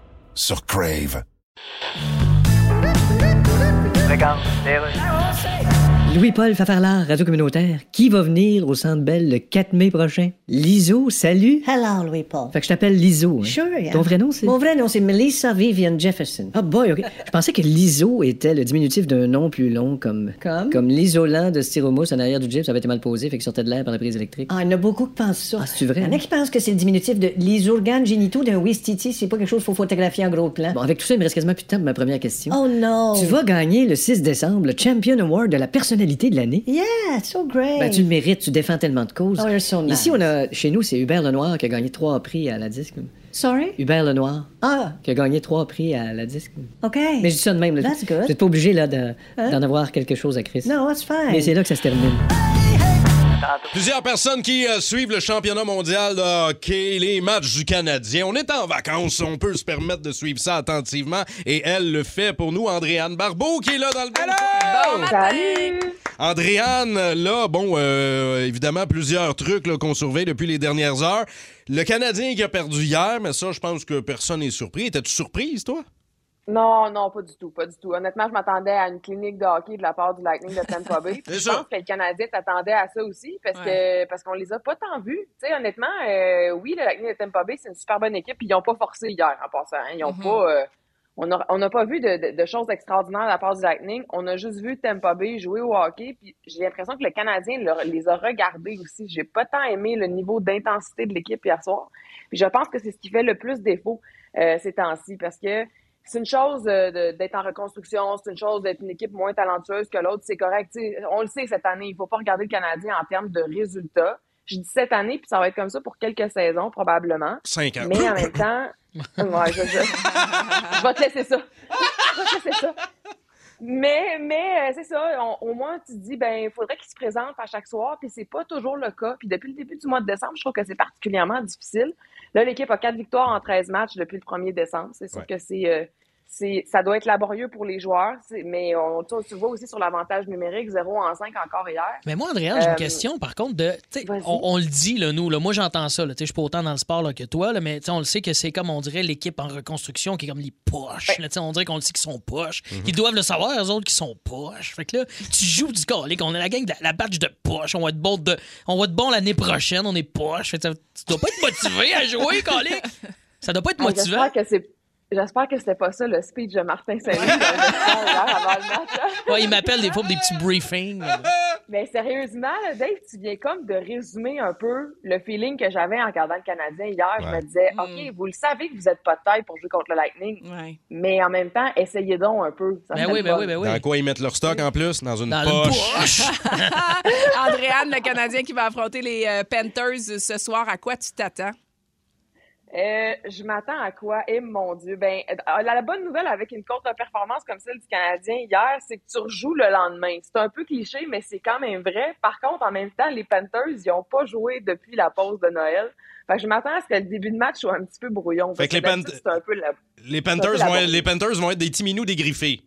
[SPEAKER 9] sur Crave.
[SPEAKER 8] Louis-Paul Fafarlard, Radio Communautaire, qui va venir au Centre Bell le 4 mai prochain? Liso, salut!
[SPEAKER 15] Hello, Louis-Paul.
[SPEAKER 8] Fait que je t'appelle Liso. hein?
[SPEAKER 15] Sure, yeah.
[SPEAKER 8] Ton vrai nom, c'est...
[SPEAKER 15] Mon vrai nom, c'est Melissa Vivian Jefferson.
[SPEAKER 8] Ah boy, OK. Je pensais que l'ISO était le diminutif d'un nom plus long comme...
[SPEAKER 15] Comme?
[SPEAKER 8] Comme l'isolant de styromousse en arrière du jeep, ça avait été mal posé, fait qu'il sortait de l'air par la prise électrique.
[SPEAKER 15] Ah, il y en a beaucoup qui pensent ça.
[SPEAKER 8] Ah, c'est vrai?
[SPEAKER 15] Il y en a qui pensent que c'est le diminutif de les organes génitaux d'un Wistiti, c'est pas quelque chose qu'il faut photographier en gros plan.
[SPEAKER 8] Bon, avec tout ça, il me reste quasiment plus de temps pour ma première question.
[SPEAKER 15] Oh non!
[SPEAKER 8] Tu vas gagner le 6 décembre le Champion Award de la personnalité de l'année.
[SPEAKER 15] Yeah, it's so great!
[SPEAKER 8] Ben, tu le mérites, tu défends tellement de causes.
[SPEAKER 15] Oh, you're so nice.
[SPEAKER 8] Ici, on a, chez nous, c'est Hubert Lenoir qui a gagné trois prix à la disque.
[SPEAKER 15] Sorry?
[SPEAKER 8] Hubert Lenoir,
[SPEAKER 15] Ah,
[SPEAKER 8] qui a gagné trois prix à la disque.
[SPEAKER 15] OK.
[SPEAKER 8] Mais je dis ça de même. Là,
[SPEAKER 15] That's good.
[SPEAKER 8] Vous êtes pas obligé là, de-
[SPEAKER 15] Hein?
[SPEAKER 8] d'en avoir quelque chose à Chris.
[SPEAKER 15] No, it's fine.
[SPEAKER 8] Mais c'est là que ça se termine.
[SPEAKER 3] Plusieurs personnes qui euh, suivent le championnat mondial de hockey, les matchs du Canadien. On est en vacances, on peut se permettre de suivre ça attentivement. Et elle le fait pour nous, Andréane Barbeau, qui est là dans le bon coin. Andréane, là, bon, euh, évidemment, plusieurs trucs là, qu'on surveille depuis les dernières heures. Le Canadien qui a perdu hier, mais ça, je pense que personne n'est surpris. Étais-tu surprise, toi?
[SPEAKER 16] Non, non, pas du tout, pas du tout. Honnêtement, je m'attendais à une clinique de hockey de la part du Lightning de Tampa Bay.
[SPEAKER 3] C'est
[SPEAKER 16] je
[SPEAKER 3] ça.
[SPEAKER 16] pense que le Canadien s'attendait à ça aussi parce que parce qu'on les a pas tant vus. Tu sais, honnêtement, euh, oui, le Lightning de Tampa Bay, c'est une super bonne équipe. puis Ils n'ont pas forcé hier en passant. hein. Ils ont
[SPEAKER 17] Mhm.
[SPEAKER 16] pas. euh, on n'a on n'a pas vu de, de- de choses extraordinaires de la part du Lightning. On a juste vu Tampa Bay jouer au hockey. Puis j'ai l'impression que le Canadien leur- les a regardés aussi. J'ai pas tant aimé le niveau d'intensité de l'équipe hier soir. Puis je pense que c'est ce qui fait le plus défaut euh, ces temps-ci parce que c'est une chose euh, de- d'être en reconstruction, c'est une chose d'être une équipe moins talentueuse que l'autre, c'est correct. Tu sais, on le sait cette année, il faut pas regarder le Canadien en termes de résultats. Je dis cette année, puis ça va être comme ça pour quelques saisons probablement.
[SPEAKER 3] Cinq ans.
[SPEAKER 16] Mais en même temps, ouais, je, je- je vais te laisser ça. Je vais te laisser ça. Mais, mais euh, c'est ça, on- au moins tu te dis, ben, il faudrait qu'ils se présentent à chaque soir, puis c'est pas toujours le cas. Puis depuis le début du mois de décembre, je trouve que c'est particulièrement difficile. Là, l'équipe a quatre victoires en 13 matchs depuis le 1er décembre. C'est sûr
[SPEAKER 18] Ouais.
[SPEAKER 16] que c'est, euh, c'est, ça doit être laborieux pour les joueurs, c'est- mais on, tu tu vois aussi sur l'avantage numérique, 0 en 5 encore hier.
[SPEAKER 4] Mais moi, Andréane, j'ai une
[SPEAKER 16] Euh,
[SPEAKER 4] question, par contre, de. tu sais, On, on le dit, là, nous, là, moi, j'entends ça. là, tu sais, Je suis pas autant dans le sport là, que toi, là, mais tu sais, on le sait que c'est comme, on dirait, l'équipe en reconstruction qui est comme les poches. là, tu sais, on dirait qu'on le sait qu'ils sont poches.
[SPEAKER 3] Mhm.
[SPEAKER 4] Ils doivent le savoir, eux autres, qui sont poches. Fait que là, tu joues du colique. On a la gang de la, la batch de poches. On va être bon, de, on va être bon l'année prochaine. On est poche. Fait que ça- tu dois pas être motivé à jouer, colique. Ça doit pas être
[SPEAKER 16] Hey,
[SPEAKER 4] motivant.
[SPEAKER 16] Ah, J'espère que c'est. J'espère que c'était pas ça le speech de Martin Saint-Louis dans le vestiaire hier avant le match. là.
[SPEAKER 4] Ouais, ils m'appellent des fois pour des petits briefings.
[SPEAKER 16] Ah, Mais sérieusement, là, Dave, tu viens comme de résumer un peu le feeling que j'avais en regardant le Canadien hier. Je
[SPEAKER 4] Ouais.
[SPEAKER 16] me disais, OK, vous le savez que vous n'êtes pas de taille pour jouer contre le Lightning, mais en même temps, essayez donc un peu.
[SPEAKER 4] Ben
[SPEAKER 16] Ça serait le fun.
[SPEAKER 5] Ben
[SPEAKER 3] Dans quoi ils mettent leur stock en plus? Dans une poche.
[SPEAKER 5] Andréane, le Canadien qui va affronter les euh, Panthers ce soir, à quoi tu t'attends?
[SPEAKER 16] Euh, je m'attends à quoi? Et mon Dieu, ben, euh, la, la bonne nouvelle avec une contre-performance comme celle du Canadien hier, c'est que tu rejoues le lendemain. C'est un peu cliché, mais c'est quand même vrai. Par contre, en même temps, les Panthers, ils n'ont pas joué depuis la pause de Noël. Fait que je m'attends à ce que le début de match soit un petit peu brouillon. parce
[SPEAKER 3] Fait que les
[SPEAKER 16] d'habitude,
[SPEAKER 3] Pan-
[SPEAKER 16] c'est un peu la-
[SPEAKER 3] Les
[SPEAKER 16] c'est un peu
[SPEAKER 3] Panthers,
[SPEAKER 16] la
[SPEAKER 3] vont,
[SPEAKER 16] bonne
[SPEAKER 3] les Panthers vont être des petits minous dégriffés.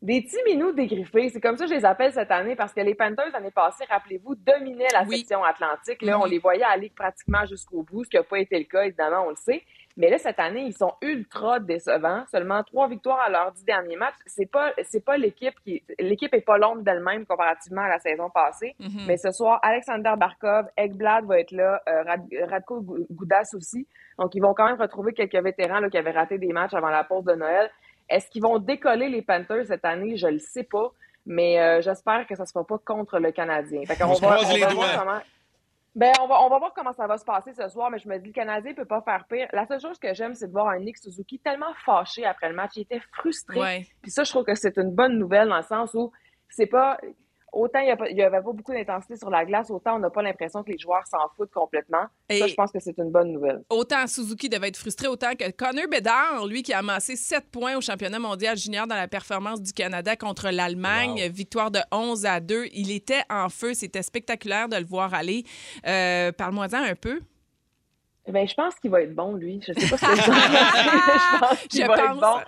[SPEAKER 16] des petits minous dégriffés, c'est comme ça que je les appelle cette année parce que les Panthers, l'année passée, rappelez-vous, dominaient la section atlantique. Là, on les voyait aller pratiquement jusqu'au bout, ce qui n'a pas été le cas, évidemment, on le sait. Mais là, cette année, ils sont ultra décevants. Seulement trois victoires à leurs dix derniers matchs. C'est pas, c'est pas l'équipe qui, l'équipe est pas l'ombre d'elle-même comparativement à la saison passée.
[SPEAKER 17] Mhm.
[SPEAKER 16] Mais ce soir, Alexander Barkov, Ekblad va être là, euh, Rad- Radko Gou- Goudas aussi. Donc, ils vont quand même retrouver quelques vétérans là, qui avaient raté des matchs avant la pause de Noël. Est-ce qu'ils vont décoller les Panthers cette année? Je le sais pas, mais euh, j'espère que ça se fera pas contre le Canadien. Fait qu'on
[SPEAKER 13] On se croise les
[SPEAKER 16] voir
[SPEAKER 13] doigts.
[SPEAKER 16] comment- ben, on va, on va voir comment ça va se passer ce soir, mais je me dis, le Canadien peut pas faire pire. La seule chose que j'aime, c'est de voir un Nick Suzuki tellement fâché après le match. Il était frustré.
[SPEAKER 5] Ouais.
[SPEAKER 16] Puis ça, je trouve que c'est une bonne nouvelle dans le sens où c'est pas. Autant il n'y avait pas beaucoup d'intensité sur la glace, autant on n'a pas l'impression que les joueurs s'en foutent complètement. Ça,
[SPEAKER 5] Et-
[SPEAKER 16] je pense que c'est une bonne nouvelle.
[SPEAKER 5] Autant Suzuki devait être frustré, autant que Connor Bedard, lui qui a amassé 7 points au championnat mondial junior dans la performance du Canada contre l'Allemagne, victoire de 11 à 2. Il était en feu, c'était spectaculaire de le voir aller. Euh, Parle-moi-en un peu.
[SPEAKER 16] Ben, je pense qu'il va être bon, lui. Je sais pas ce que vous en pensez, mais je pense qu'il
[SPEAKER 5] Je
[SPEAKER 16] va
[SPEAKER 5] pense.
[SPEAKER 16] être bon.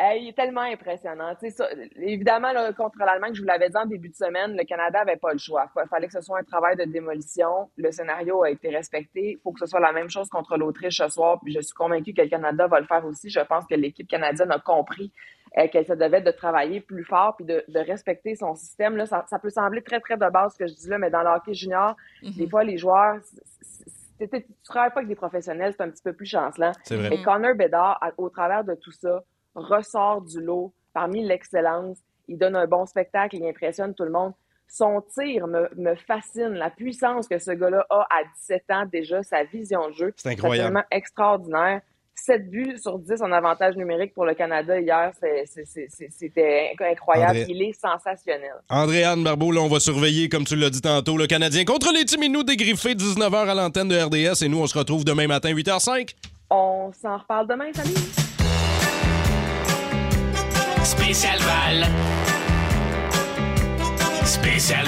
[SPEAKER 16] Euh, il est tellement impressionnant. Tu sais, ça, évidemment, là, contre l'Allemagne, je vous l'avais dit en début de semaine, le Canada n'avait pas le choix. Il fallait que ce soit un travail de démolition. Le scénario a été respecté. Il faut que ce soit la même chose contre l'Autriche ce soir. Puis je suis convaincue que le Canada va le faire aussi. Je pense que l'équipe canadienne a compris euh, qu'elle se devait de travailler plus fort puis de, de respecter son système. Là, ça, ça peut sembler très, très de base ce que je dis là, mais dans le hockey junior, des fois, les joueurs, tu ne travailles pas avec des professionnels, c'est un petit peu plus chancelant.
[SPEAKER 13] C'est vrai.
[SPEAKER 16] Et Connor Bedard, à- au travers de tout ça, ressort du lot parmi l'excellence. Il donne un bon spectacle, il impressionne tout le monde. Son tir me, me fascine, la puissance que ce gars-là a à 17 ans déjà, sa vision de jeu.
[SPEAKER 3] C'est incroyable.
[SPEAKER 16] absolument extraordinaire. 7 buts sur 10 en avantage numérique pour le Canada hier, c'est- c'est- c'est- c'est- c'était incroyable.
[SPEAKER 3] André.
[SPEAKER 16] Il est sensationnel.
[SPEAKER 3] André-Anne Barbeau, là, on va surveiller, comme tu l'as dit tantôt, le Canadien contre les Timinous dégriffés, 19h à l'antenne de RDS. Et nous, on se retrouve demain matin, 8h05.
[SPEAKER 16] On s'en reparle demain, salut!
[SPEAKER 13] Spécial Val. Spécial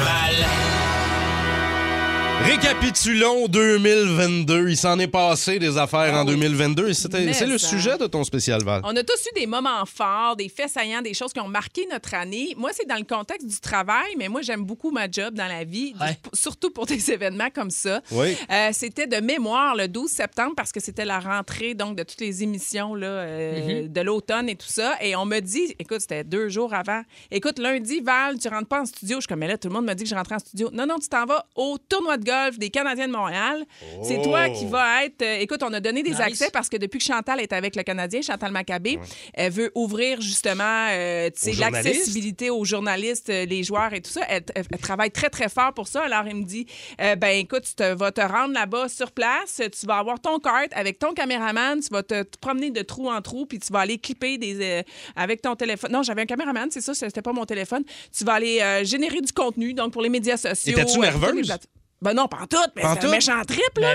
[SPEAKER 3] Récapitulons 2022. Il s'en est passé des affaires en 2022. Et c'était-
[SPEAKER 5] Oh. Mais
[SPEAKER 3] C'est le
[SPEAKER 5] ça.
[SPEAKER 3] sujet de ton spécial, Val.
[SPEAKER 5] On a tous eu des moments forts, des faits saillants, des choses qui ont marqué notre année. Moi, c'est dans le contexte du travail, mais moi, j'aime beaucoup ma job dans la vie, surtout pour des événements comme ça.
[SPEAKER 13] Oui.
[SPEAKER 5] Euh, c'était de mémoire le 12 septembre parce que c'était la rentrée donc de toutes les émissions là,
[SPEAKER 13] Mhm.
[SPEAKER 5] euh, de l'automne et tout ça. Et on me dit, écoute, c'était deux jours avant. Écoute, lundi, Val, tu rentres pas en studio. Je suis comme, mais là, tout le monde me dit que je rentre en studio. Non, non, tu t'en vas au tournoi de golf des Canadiens de Montréal. C'est
[SPEAKER 13] Oh.
[SPEAKER 5] toi qui vas être. euh, écoute, on a donné des
[SPEAKER 13] Nice.
[SPEAKER 5] accès parce que depuis que Chantal est avec le Canadien, Chantal Maccabé, elle veut ouvrir justement euh, tu sais,
[SPEAKER 13] Aux journalistes.
[SPEAKER 5] l'accessibilité aux journalistes, euh, les joueurs et tout ça. Elle, elle- elle travaille très, très fort pour ça. Alors, il me dit euh, ben écoute, tu te- vas te rendre là-bas sur place, tu vas avoir ton cart avec ton caméraman, tu vas te, te promener de trou en trou, puis tu vas aller clipper des, euh, avec ton téléphone. Non, j'avais un caméraman, c'est ça, c'était pas mon téléphone. Tu vas aller euh, générer du contenu, donc pour les médias sociaux.
[SPEAKER 12] Étais-tu
[SPEAKER 5] euh, toutes les
[SPEAKER 12] nerveuse?
[SPEAKER 5] plate- Ben non, pas en tout, mais
[SPEAKER 12] Pas en
[SPEAKER 5] c'est un
[SPEAKER 12] tout? Ben
[SPEAKER 5] méchant trip, là.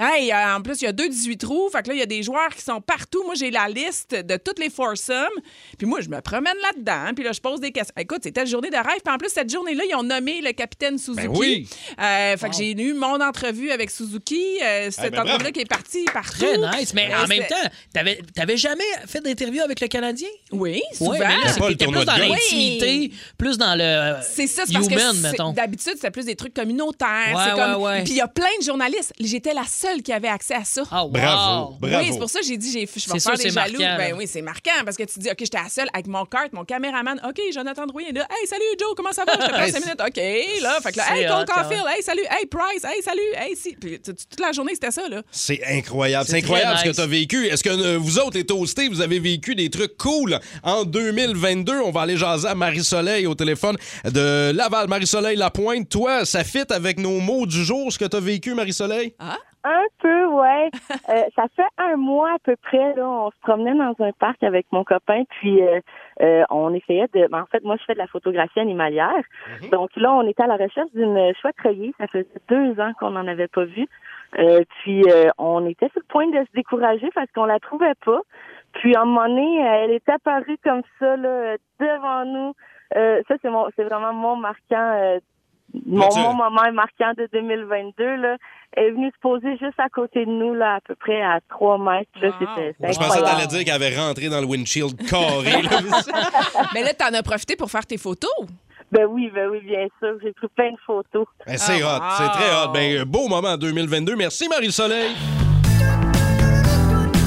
[SPEAKER 5] Hey, euh, en plus, il y a deux 18 trous. Fait que là, il y a des joueurs qui sont partout. Moi, j'ai la liste de toutes les foursomes. Puis moi, je me promène là-dedans. hein, Puis là, je pose des questions. Écoute, c'était une journée de rêve. Puis en plus, cette journée-là, ils ont nommé le capitaine Suzuki.
[SPEAKER 13] Ben oui.
[SPEAKER 5] Euh, fait que j'ai eu mon entrevue avec Suzuki. Euh, cette
[SPEAKER 13] ben
[SPEAKER 5] entrevue-là
[SPEAKER 13] bravo.
[SPEAKER 5] qui est partie partout.
[SPEAKER 12] Très nice, mais
[SPEAKER 5] Euh,
[SPEAKER 12] en même
[SPEAKER 5] c'est-
[SPEAKER 12] temps, t'avais, t'avais jamais fait d'interview avec le Canadien?
[SPEAKER 5] Oui, souvent.
[SPEAKER 12] mais là,
[SPEAKER 5] Mais
[SPEAKER 12] c'est
[SPEAKER 5] pas
[SPEAKER 12] que
[SPEAKER 5] le
[SPEAKER 12] t'es plus
[SPEAKER 5] tournoi de
[SPEAKER 12] dans
[SPEAKER 5] golf.
[SPEAKER 12] l'intimité, plus dans le euh,
[SPEAKER 5] C'est ça, c'est parce que
[SPEAKER 12] human,
[SPEAKER 5] c'est-
[SPEAKER 12] mettons.
[SPEAKER 5] d'habitude, c'était plus des trucs communautaires.
[SPEAKER 12] Ouais,
[SPEAKER 5] c'est comme...
[SPEAKER 12] ouais, Ah ouais.
[SPEAKER 5] Puis il y a plein de journalistes. J'étais la seule qui avait accès à ça.
[SPEAKER 12] Bravo, bravo.
[SPEAKER 5] Oui, c'est pour ça que j'ai dit, j'ai, je
[SPEAKER 12] C'est
[SPEAKER 5] vais
[SPEAKER 12] sûr,
[SPEAKER 5] faire des
[SPEAKER 12] c'est
[SPEAKER 5] jaloux.
[SPEAKER 12] marquant,
[SPEAKER 5] ben
[SPEAKER 12] là.
[SPEAKER 5] oui, c'est marquant parce que tu dis, OK, j'étais la seule avec mon cart, mon caméraman. OK, Jonathan Drouin est là. Hey, salut Joe, comment ça va? Je te prends
[SPEAKER 12] Hey,
[SPEAKER 5] 5 minutes. OK, là. Fait que là,
[SPEAKER 3] c'est
[SPEAKER 5] hey,
[SPEAKER 3] hot,
[SPEAKER 5] Cole
[SPEAKER 12] hein.
[SPEAKER 3] quand
[SPEAKER 5] Caulfield. Hey, salut. Hey, Price. Hey, salut. Hey, si. Puis t- toute la journée, c'était ça, là.
[SPEAKER 3] C'est incroyable.
[SPEAKER 12] C'est
[SPEAKER 3] C'est incroyable
[SPEAKER 12] très
[SPEAKER 3] ce que
[SPEAKER 12] nice.
[SPEAKER 3] tu as vécu. Est-ce que euh, vous autres, les toastés, vous avez vécu des trucs cool en 2022? On va aller jaser à Marie-Soleil au téléphone de Laval. Marie-Soleil Lapointe, toi, ça fit avec nos mots du jour, ce que tu as vécu, Marie-Soleil?
[SPEAKER 18] Un peu,
[SPEAKER 17] ouais. Euh, ça fait un mois à peu près, là, on se promenait dans un parc avec mon copain, puis euh, euh, on essayait de... ben, en fait, moi, je fais de la photographie animalière. Donc là, on était à la recherche d'une chouette rayée. Ça faisait deux ans qu'on n'en avait pas vu. Euh, puis euh, on était sur le point de se décourager parce qu'on la trouvait pas. Puis à un moment donné, euh, elle est apparue comme ça là, devant nous. Euh, ça c'est mon, c'est vraiment mon marquant, euh, mon,
[SPEAKER 19] Dieu.
[SPEAKER 17] mon moment marquant de 2022 là. Elle est venue se poser juste à côté de nous là, à peu près à trois mètres. Là, c'était c'était
[SPEAKER 3] Je pensais que
[SPEAKER 17] incroyable.
[SPEAKER 3] t'allais dire qu'elle avait rentré dans le windshield carré. là.
[SPEAKER 5] Mais là, t'en as profité pour faire tes photos.
[SPEAKER 17] Ben oui, ben oui, bien sûr. J'ai pris plein de photos.
[SPEAKER 3] Ben, c'est hot, c'est très hot. Ben, euh, beau moment 2022. Merci, Marie-Soleil.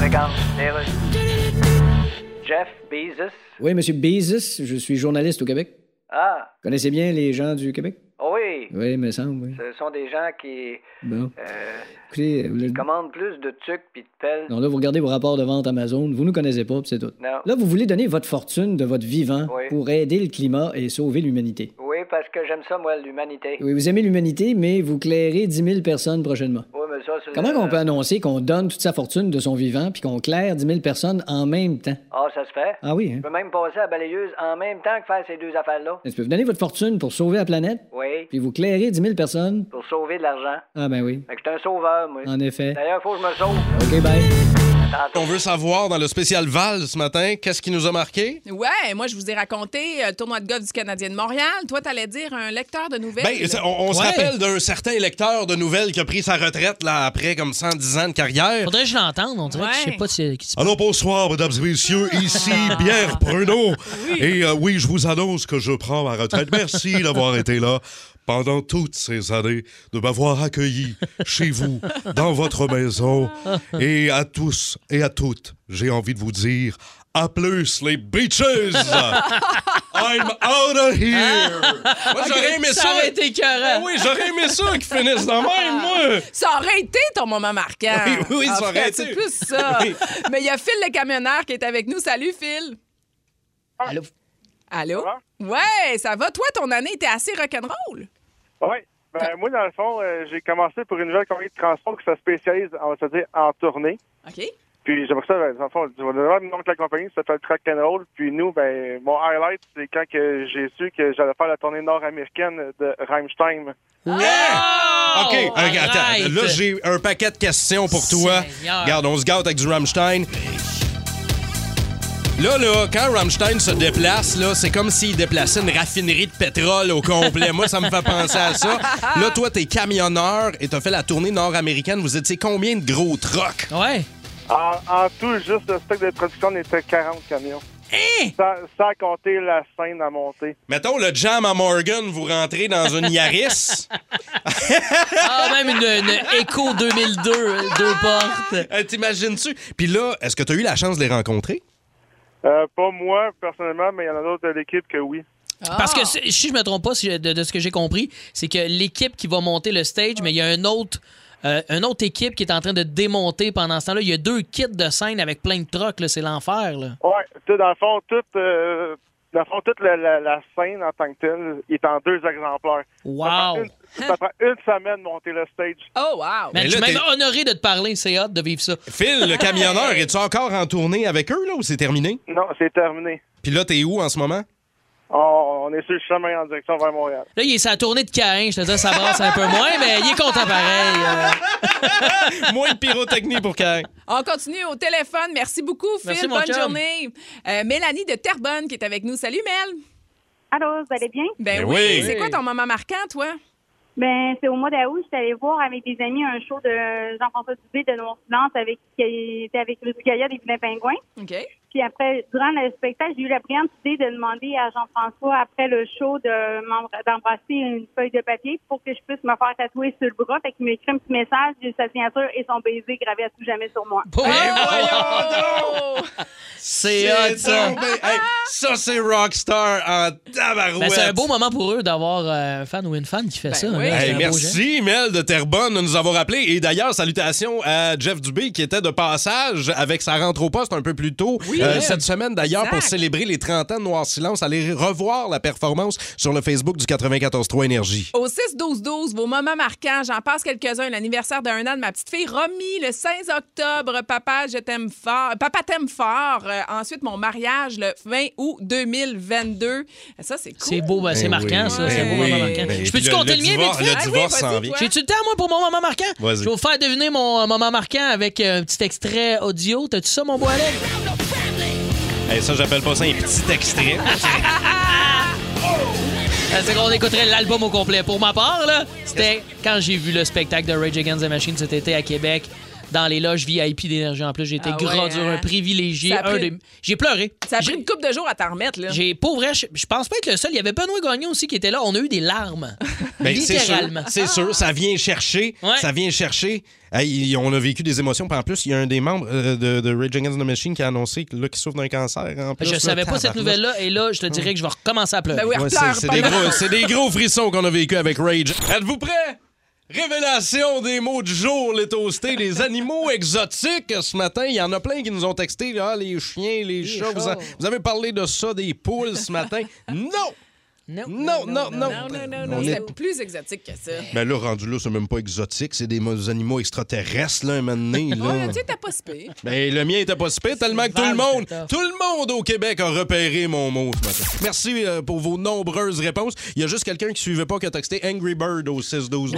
[SPEAKER 8] Regarde, les rues. Jeff Bezos.
[SPEAKER 10] Oui, Monsieur Bezos, je suis journaliste au Québec.
[SPEAKER 8] Ah,
[SPEAKER 10] Connaissez bien les gens du Québec?
[SPEAKER 8] oui.
[SPEAKER 10] Oui, il me semble, oui.
[SPEAKER 8] Ce sont des gens qui
[SPEAKER 10] Bon.
[SPEAKER 8] euh,
[SPEAKER 10] Écoutez, euh, le-
[SPEAKER 8] commandent plus de tucs puis de pelles.
[SPEAKER 10] non, là, vous regardez vos rapports de vente Amazon, vous nous connaissez pas, puis c'est tout.
[SPEAKER 8] Non.
[SPEAKER 10] Là, vous voulez donner votre fortune de votre vivant
[SPEAKER 8] Oui.
[SPEAKER 10] pour aider le climat et sauver l'humanité.
[SPEAKER 8] Oui, parce que j'aime ça, moi, l'humanité.
[SPEAKER 10] Oui, vous aimez l'humanité, mais vous clairez 10 000 personnes prochainement.
[SPEAKER 8] Oui, mais ça, c'est...
[SPEAKER 10] Comment on peut annoncer qu'on donne toute sa fortune de son vivant puis qu'on claire 10 000 personnes en même temps?
[SPEAKER 8] Ah, ça se fait.
[SPEAKER 10] Ah oui, hein?
[SPEAKER 8] Je peux même passer à la balayeuse en même temps que faire ces deux affaires-là.
[SPEAKER 10] Est-ce que vous donnez votre fortune pour sauver la planète
[SPEAKER 8] Oui,
[SPEAKER 10] puis vous clairez 10 000 personnes?
[SPEAKER 8] pour sauver de l'argent.
[SPEAKER 10] Ah ben oui.
[SPEAKER 8] Fait que je suis un sauveur, moi.
[SPEAKER 10] En effet.
[SPEAKER 8] D'ailleurs, faut que je me sauve.
[SPEAKER 10] OK, bye.
[SPEAKER 3] On veut savoir dans le spécial Val ce matin, qu'est-ce qui nous a marqué?
[SPEAKER 5] Ouais, moi, je vous ai raconté euh, le tournoi de golf du Canadien de Montréal. Toi, t'allais dire un lecteur de nouvelles.
[SPEAKER 3] Ben, c'est- on, on se
[SPEAKER 5] Ouais.
[SPEAKER 3] rappelle d'un certain lecteur de nouvelles qui a pris sa retraite là, après comme 110 ans de carrière.
[SPEAKER 4] Faudrait que je l'entende, on dirait que je sais
[SPEAKER 5] Ouais.
[SPEAKER 4] pas si. qui-
[SPEAKER 3] Alors bonsoir, mesdames et messieurs, ici Pierre Pruneau. Et euh, oui, je vous annonce que je prends ma retraite. Merci d'avoir été là pendant toutes ces années, de m'avoir accueilli chez vous, dans votre maison. Et à tous et à toutes, j'ai envie de vous dire à plus les bitches! I'm out of here! Moi, j'aurais aimé Ah! ça.
[SPEAKER 5] Ça aurait été écœurant.
[SPEAKER 3] Ah oui, j'aurais aimé ça qu'ils finissent dans même, moi!
[SPEAKER 5] Ça aurait été ton moment marquant.
[SPEAKER 3] Oui, oui, oui,
[SPEAKER 5] En
[SPEAKER 3] ça aurait
[SPEAKER 5] fait,
[SPEAKER 3] été.
[SPEAKER 5] C'est plus ça.
[SPEAKER 3] Oui.
[SPEAKER 5] Mais il y a Phil le camionneur qui est avec nous. Salut, Phil.
[SPEAKER 4] Allô?
[SPEAKER 5] Allô? Ouais, ça Ah. va. Toi, ton année était assez rock'n'roll.
[SPEAKER 20] Oui. Ben, moi, dans le fond, euh, j'ai commencé pour une nouvelle compagnie de transport qui se spécialise, on va se dire, en tournée.
[SPEAKER 5] OK.
[SPEAKER 20] Puis j'aimerais ça, ben, dans le fond, je vais donner le nom de la compagnie, ça s'appelle Track and Roll. Puis nous, ben, mon highlight, c'est quand que j'ai su que j'allais faire la tournée nord-américaine de Rammstein.
[SPEAKER 4] Oh,
[SPEAKER 3] OK, ok, attends. Là, j'ai un paquet de questions pour toi.
[SPEAKER 20] Seigneur.
[SPEAKER 3] Regarde, on se gâte avec du Rammstein. Là, là, quand Rammstein se déplace, là, c'est comme s'il déplaçait une raffinerie de pétrole au complet. Moi, ça me fait penser à ça. Là, toi, t'es camionneur et t'as fait la tournée nord-américaine. Vous étiez combien de gros trucks?
[SPEAKER 4] Ouais.
[SPEAKER 20] En, en tout, juste le stock de production, on était 40 camions. Sans, sans compter la scène à monter.
[SPEAKER 3] Mettons, le jam à Morgan, vous rentrez dans une Yaris.
[SPEAKER 4] Ah, même une, une Echo 2002, euh, deux portes.
[SPEAKER 3] Euh, T'imagines-tu? Puis là, est-ce que t'as eu la chance de les rencontrer?
[SPEAKER 20] Euh, pas moi, personnellement, mais il y en a d'autres de l'équipe que oui.
[SPEAKER 4] Parce que c'est- si je me trompe pas si- de, de ce que j'ai compris, c'est que l'équipe qui va monter le stage, mais il y a un autre. euh, une autre équipe qui est en train de démonter pendant ce temps-là. Il y a deux kits de scène avec plein de trucks. là. C'est l'enfer. là.
[SPEAKER 20] Ouais, tu sais, dans le fond, toute, euh, dans le fond, toute la, la- la scène en tant que telle est en deux exemplaires.
[SPEAKER 4] Wow.
[SPEAKER 20] Ça prend une, ça prend une semaine de monter le stage.
[SPEAKER 5] Oh, wow.
[SPEAKER 4] Man, je suis même honoré de te parler. C'est hot de vivre ça.
[SPEAKER 3] Phil, le camionneur, es-tu encore en tournée avec eux, là, ou c'est terminé?
[SPEAKER 20] Non, c'est terminé.
[SPEAKER 3] Puis là, t'es où en ce moment?
[SPEAKER 20] On, on est sur le chemin en direction vers Montréal.
[SPEAKER 4] Là, il est sa tournée de Caïn. Je te dis, ça brasse un peu moins, mais il est content pareil. euh.
[SPEAKER 3] Moins de pyrotechnie pour Caïn.
[SPEAKER 5] On continue au téléphone. Merci beaucoup, Phil.
[SPEAKER 4] Merci, mon
[SPEAKER 5] Bonne
[SPEAKER 4] chum.
[SPEAKER 5] journée. Euh, Mélanie de Terrebonne qui est avec nous. Salut, Mel.
[SPEAKER 21] Allô, vous allez bien?
[SPEAKER 5] Ben,
[SPEAKER 3] Ben
[SPEAKER 5] oui.
[SPEAKER 3] oui.
[SPEAKER 5] C'est quoi ton moment marquant, toi?
[SPEAKER 21] Ben, c'est au mois d'août, j'étais allée voir avec des amis un show de Jean-François Dubé de Noir Silence avec, qui était avec Lucie Gaillard des Vilains Pingouins.
[SPEAKER 5] OK.
[SPEAKER 21] Puis après, durant le spectacle, j'ai eu la brillante idée de demander à Jean-François, après le show, de m'embr- d'embrasser une feuille de papier pour que je puisse me faire tatouer sur le bras. Fait qu'il m'écrit un petit message de sa signature et son baiser gravé à tout jamais sur moi.
[SPEAKER 3] Eh,
[SPEAKER 5] Ah, Oh,
[SPEAKER 4] C'est hot, ça.
[SPEAKER 3] tombé. Hey, ça, c'est Rockstar en
[SPEAKER 4] Ben,
[SPEAKER 3] tabarouette.
[SPEAKER 4] c'est un beau moment pour eux d'avoir euh, un fan ou une fan qui fait ça. hein. C'est
[SPEAKER 3] Hey,
[SPEAKER 4] un beau geste.
[SPEAKER 3] merci, Mel de Terrebonne, de nous avoir appelé. Et d'ailleurs, salutations à Jeff Dubé qui était de passage avec sa rentre au poste un peu plus tôt. Oui,
[SPEAKER 7] ouais.
[SPEAKER 3] cette semaine, d'ailleurs, pour
[SPEAKER 7] Exact.
[SPEAKER 3] célébrer les 30 ans de Noir Silence, allez revoir la performance sur le Facebook du 94.3 Énergie.
[SPEAKER 5] Au 6-12-12, vos moments marquants, j'en passe quelques-uns. L'anniversaire d'un an de ma petite fille, Romy, le 16 octobre. Papa, je t'aime fort. Papa t'aime fort. Euh, ensuite, mon mariage le 20 août 2022. Euh, Ça, c'est cool.
[SPEAKER 4] C'est beau, ben, c'est
[SPEAKER 3] Ben
[SPEAKER 4] marquant,
[SPEAKER 3] oui,
[SPEAKER 4] ça.
[SPEAKER 3] ben
[SPEAKER 4] C'est un beau moment
[SPEAKER 3] oui.
[SPEAKER 4] marquant.
[SPEAKER 3] Ben,
[SPEAKER 4] je
[SPEAKER 3] puis
[SPEAKER 4] peux-tu
[SPEAKER 3] le-
[SPEAKER 4] compter
[SPEAKER 3] le
[SPEAKER 4] le mien vite
[SPEAKER 3] divorce-
[SPEAKER 4] fait?
[SPEAKER 3] le Ah oui, divorce vas-y, s'en toi. vient.
[SPEAKER 4] J'ai-tu le temps, moi, pour mon moment marquant?
[SPEAKER 3] Vas-y.
[SPEAKER 4] Je vais vous faire deviner mon euh, moment marquant avec euh, un petit extrait audio. T'as-tu ça, mon beau Alex?
[SPEAKER 3] Eh, ça, j'appelle pas ça un petit extrait.
[SPEAKER 4] Ah, Euh, C'est qu'on écouterait l'album au complet. Pour ma part, là, c'était quand j'ai vu le spectacle de Rage Against the Machine cet été à Québec, dans les loges VIP d'énergie. En plus, j'étais
[SPEAKER 5] Ah ouais,
[SPEAKER 4] gras dur,
[SPEAKER 5] hein?
[SPEAKER 4] un privilégié.
[SPEAKER 5] Ça a
[SPEAKER 4] un
[SPEAKER 5] pris-
[SPEAKER 4] des- J'ai pleuré.
[SPEAKER 5] Ça a pris une couple de jours à t'en remettre, là.
[SPEAKER 4] J'ai pour vrai, je, je pense pas être le seul. Il y avait Benoît Gagnon aussi qui était là. On a eu des larmes.
[SPEAKER 3] Ben, c'est sûr,
[SPEAKER 4] littéralement. Ah.
[SPEAKER 3] c'est sûr, ça vient chercher, ça vient chercher. Hey, on a vécu des émotions, puis en plus, il y a un des membres euh, de, de Rage Against the Machine qui a annoncé que là, qu'il souffre d'un cancer. En plus,
[SPEAKER 4] Je
[SPEAKER 3] là,
[SPEAKER 4] savais pas cette
[SPEAKER 3] tabarnak.
[SPEAKER 4] nouvelle-là. Et là, je te dirais que je vais recommencer à
[SPEAKER 5] Ben
[SPEAKER 4] pleurer.
[SPEAKER 3] Ouais, c'est- c'est des, gros- c'est des gros frissons qu'on a vécu avec Rage. Êtes-vous prêts? Révélation des mots du jour, les toastés, les animaux exotiques. Ce matin, il y en a plein qui nous ont texté, là, les chiens, les, chats. Vous, en-
[SPEAKER 4] chats.
[SPEAKER 3] vous avez parlé de ça, des poules ce matin. Non!
[SPEAKER 4] Non,
[SPEAKER 3] non, non, non.
[SPEAKER 5] Non, non, non,
[SPEAKER 3] On
[SPEAKER 5] non.
[SPEAKER 3] est-
[SPEAKER 5] C'était plus exotique que ça.
[SPEAKER 3] Mais Ben là, rendu là, c'est même pas exotique, c'est des mo- animaux extraterrestres, là, un moment donné, là.
[SPEAKER 5] Ouais, tu sais, t'as pas si pire.
[SPEAKER 3] Ben, le mien était pas si pire, tellement que tout le monde, tout le monde au Québec a repéré mon mot ce matin. Merci euh, pour vos nombreuses réponses. Il y a juste quelqu'un qui suivait pas qui a texté Angry Bird au 6-12-12.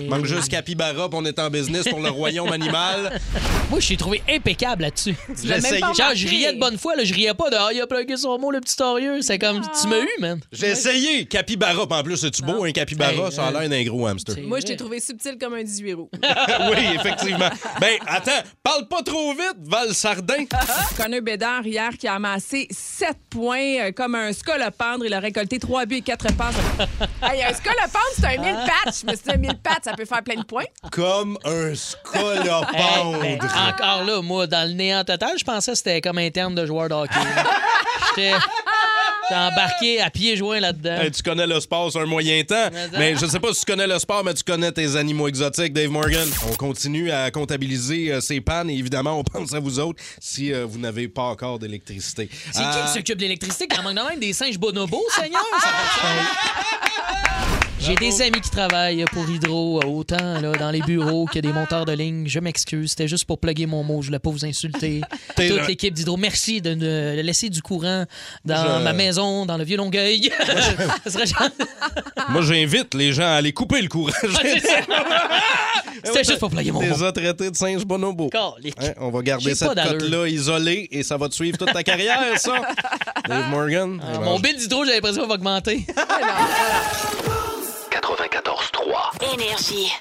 [SPEAKER 4] Ouais.
[SPEAKER 3] Manque juste Capybara, puis on est en business pour le royaume animal.
[SPEAKER 4] Moi, je t'ai trouvé impeccable là-dessus.
[SPEAKER 3] Tu l'as J'essayais. même pas
[SPEAKER 4] Genre, je
[SPEAKER 3] remarqué.
[SPEAKER 4] riais de bonne foi. Là, je riais pas de Ah, il a plugué son mot, le petit orieux. C'est comme Tu m'as eu, man.
[SPEAKER 3] J'ai essayé Capybara, puis en plus, c'est-tu beau, un Capybara?
[SPEAKER 4] Hey,
[SPEAKER 3] ça a
[SPEAKER 4] euh,
[SPEAKER 3] l'air d'un gros hamster.
[SPEAKER 5] Moi, je t'ai trouvé subtil comme un 18 roues.
[SPEAKER 3] oui, effectivement. Ben, attends, parle pas trop vite, Val Sardin.
[SPEAKER 5] Connor Bédard, hier, qui a amassé 7 points euh, comme un scolopendre. Il a récolté 3 buts et 4 passes. Hey, un scolopendre, c'est un 1000 patch. Mais c'est un 1000 patch, ça peut faire plein de points.
[SPEAKER 3] Comme un scolopendre.
[SPEAKER 4] Hey, ben, encore là, moi, dans le néant total, je pensais que c'était comme un terme de joueur de hockey. J'étais j'étais embarqué à pieds joints là-dedans.
[SPEAKER 3] Hey, tu connais le sport, c'est un moyen temps. Mais je ne sais pas si tu connais le sport, mais tu connais tes animaux exotiques, Dave Morgan. On continue à comptabiliser euh, ces pannes et évidemment, on pense à vous autres si euh, vous n'avez pas encore d'électricité.
[SPEAKER 4] C'est
[SPEAKER 3] Ah.
[SPEAKER 4] qui qui s'occupe de l'électricité quand manque de même des singes bonobos, Seigneur? Ça fait ça. J'ai des amis qui travaillent pour Hydro, euh, autant là, dans les bureaux que
[SPEAKER 3] Ah.
[SPEAKER 4] des monteurs de ligne. Je m'excuse, c'était juste pour plugger mon mot, je voulais pas vous insulter.
[SPEAKER 3] T'es
[SPEAKER 4] Toute
[SPEAKER 3] là.
[SPEAKER 4] l'équipe d'Hydro, merci de me laisser du courant dans
[SPEAKER 3] Je-
[SPEAKER 4] ma maison, dans le vieux Longueuil. Ça serait genre-
[SPEAKER 3] Ah, Moi, j'invite les gens à aller couper le courage.
[SPEAKER 4] C'était Ah, juste pour plugger mon
[SPEAKER 3] T'es
[SPEAKER 4] mot.
[SPEAKER 3] a traités de singe bonobo. Hein, on va garder
[SPEAKER 4] J'ai
[SPEAKER 3] cette
[SPEAKER 4] pas d'allure.
[SPEAKER 3] cote-là isolée et ça va te suivre toute ta carrière, ça. Dave Morgan. Eh ben,
[SPEAKER 4] Ah, Mon bill d'Hydro, j'ai l'impression qu'il va augmenter.
[SPEAKER 22] 94-3.
[SPEAKER 23] Énergie.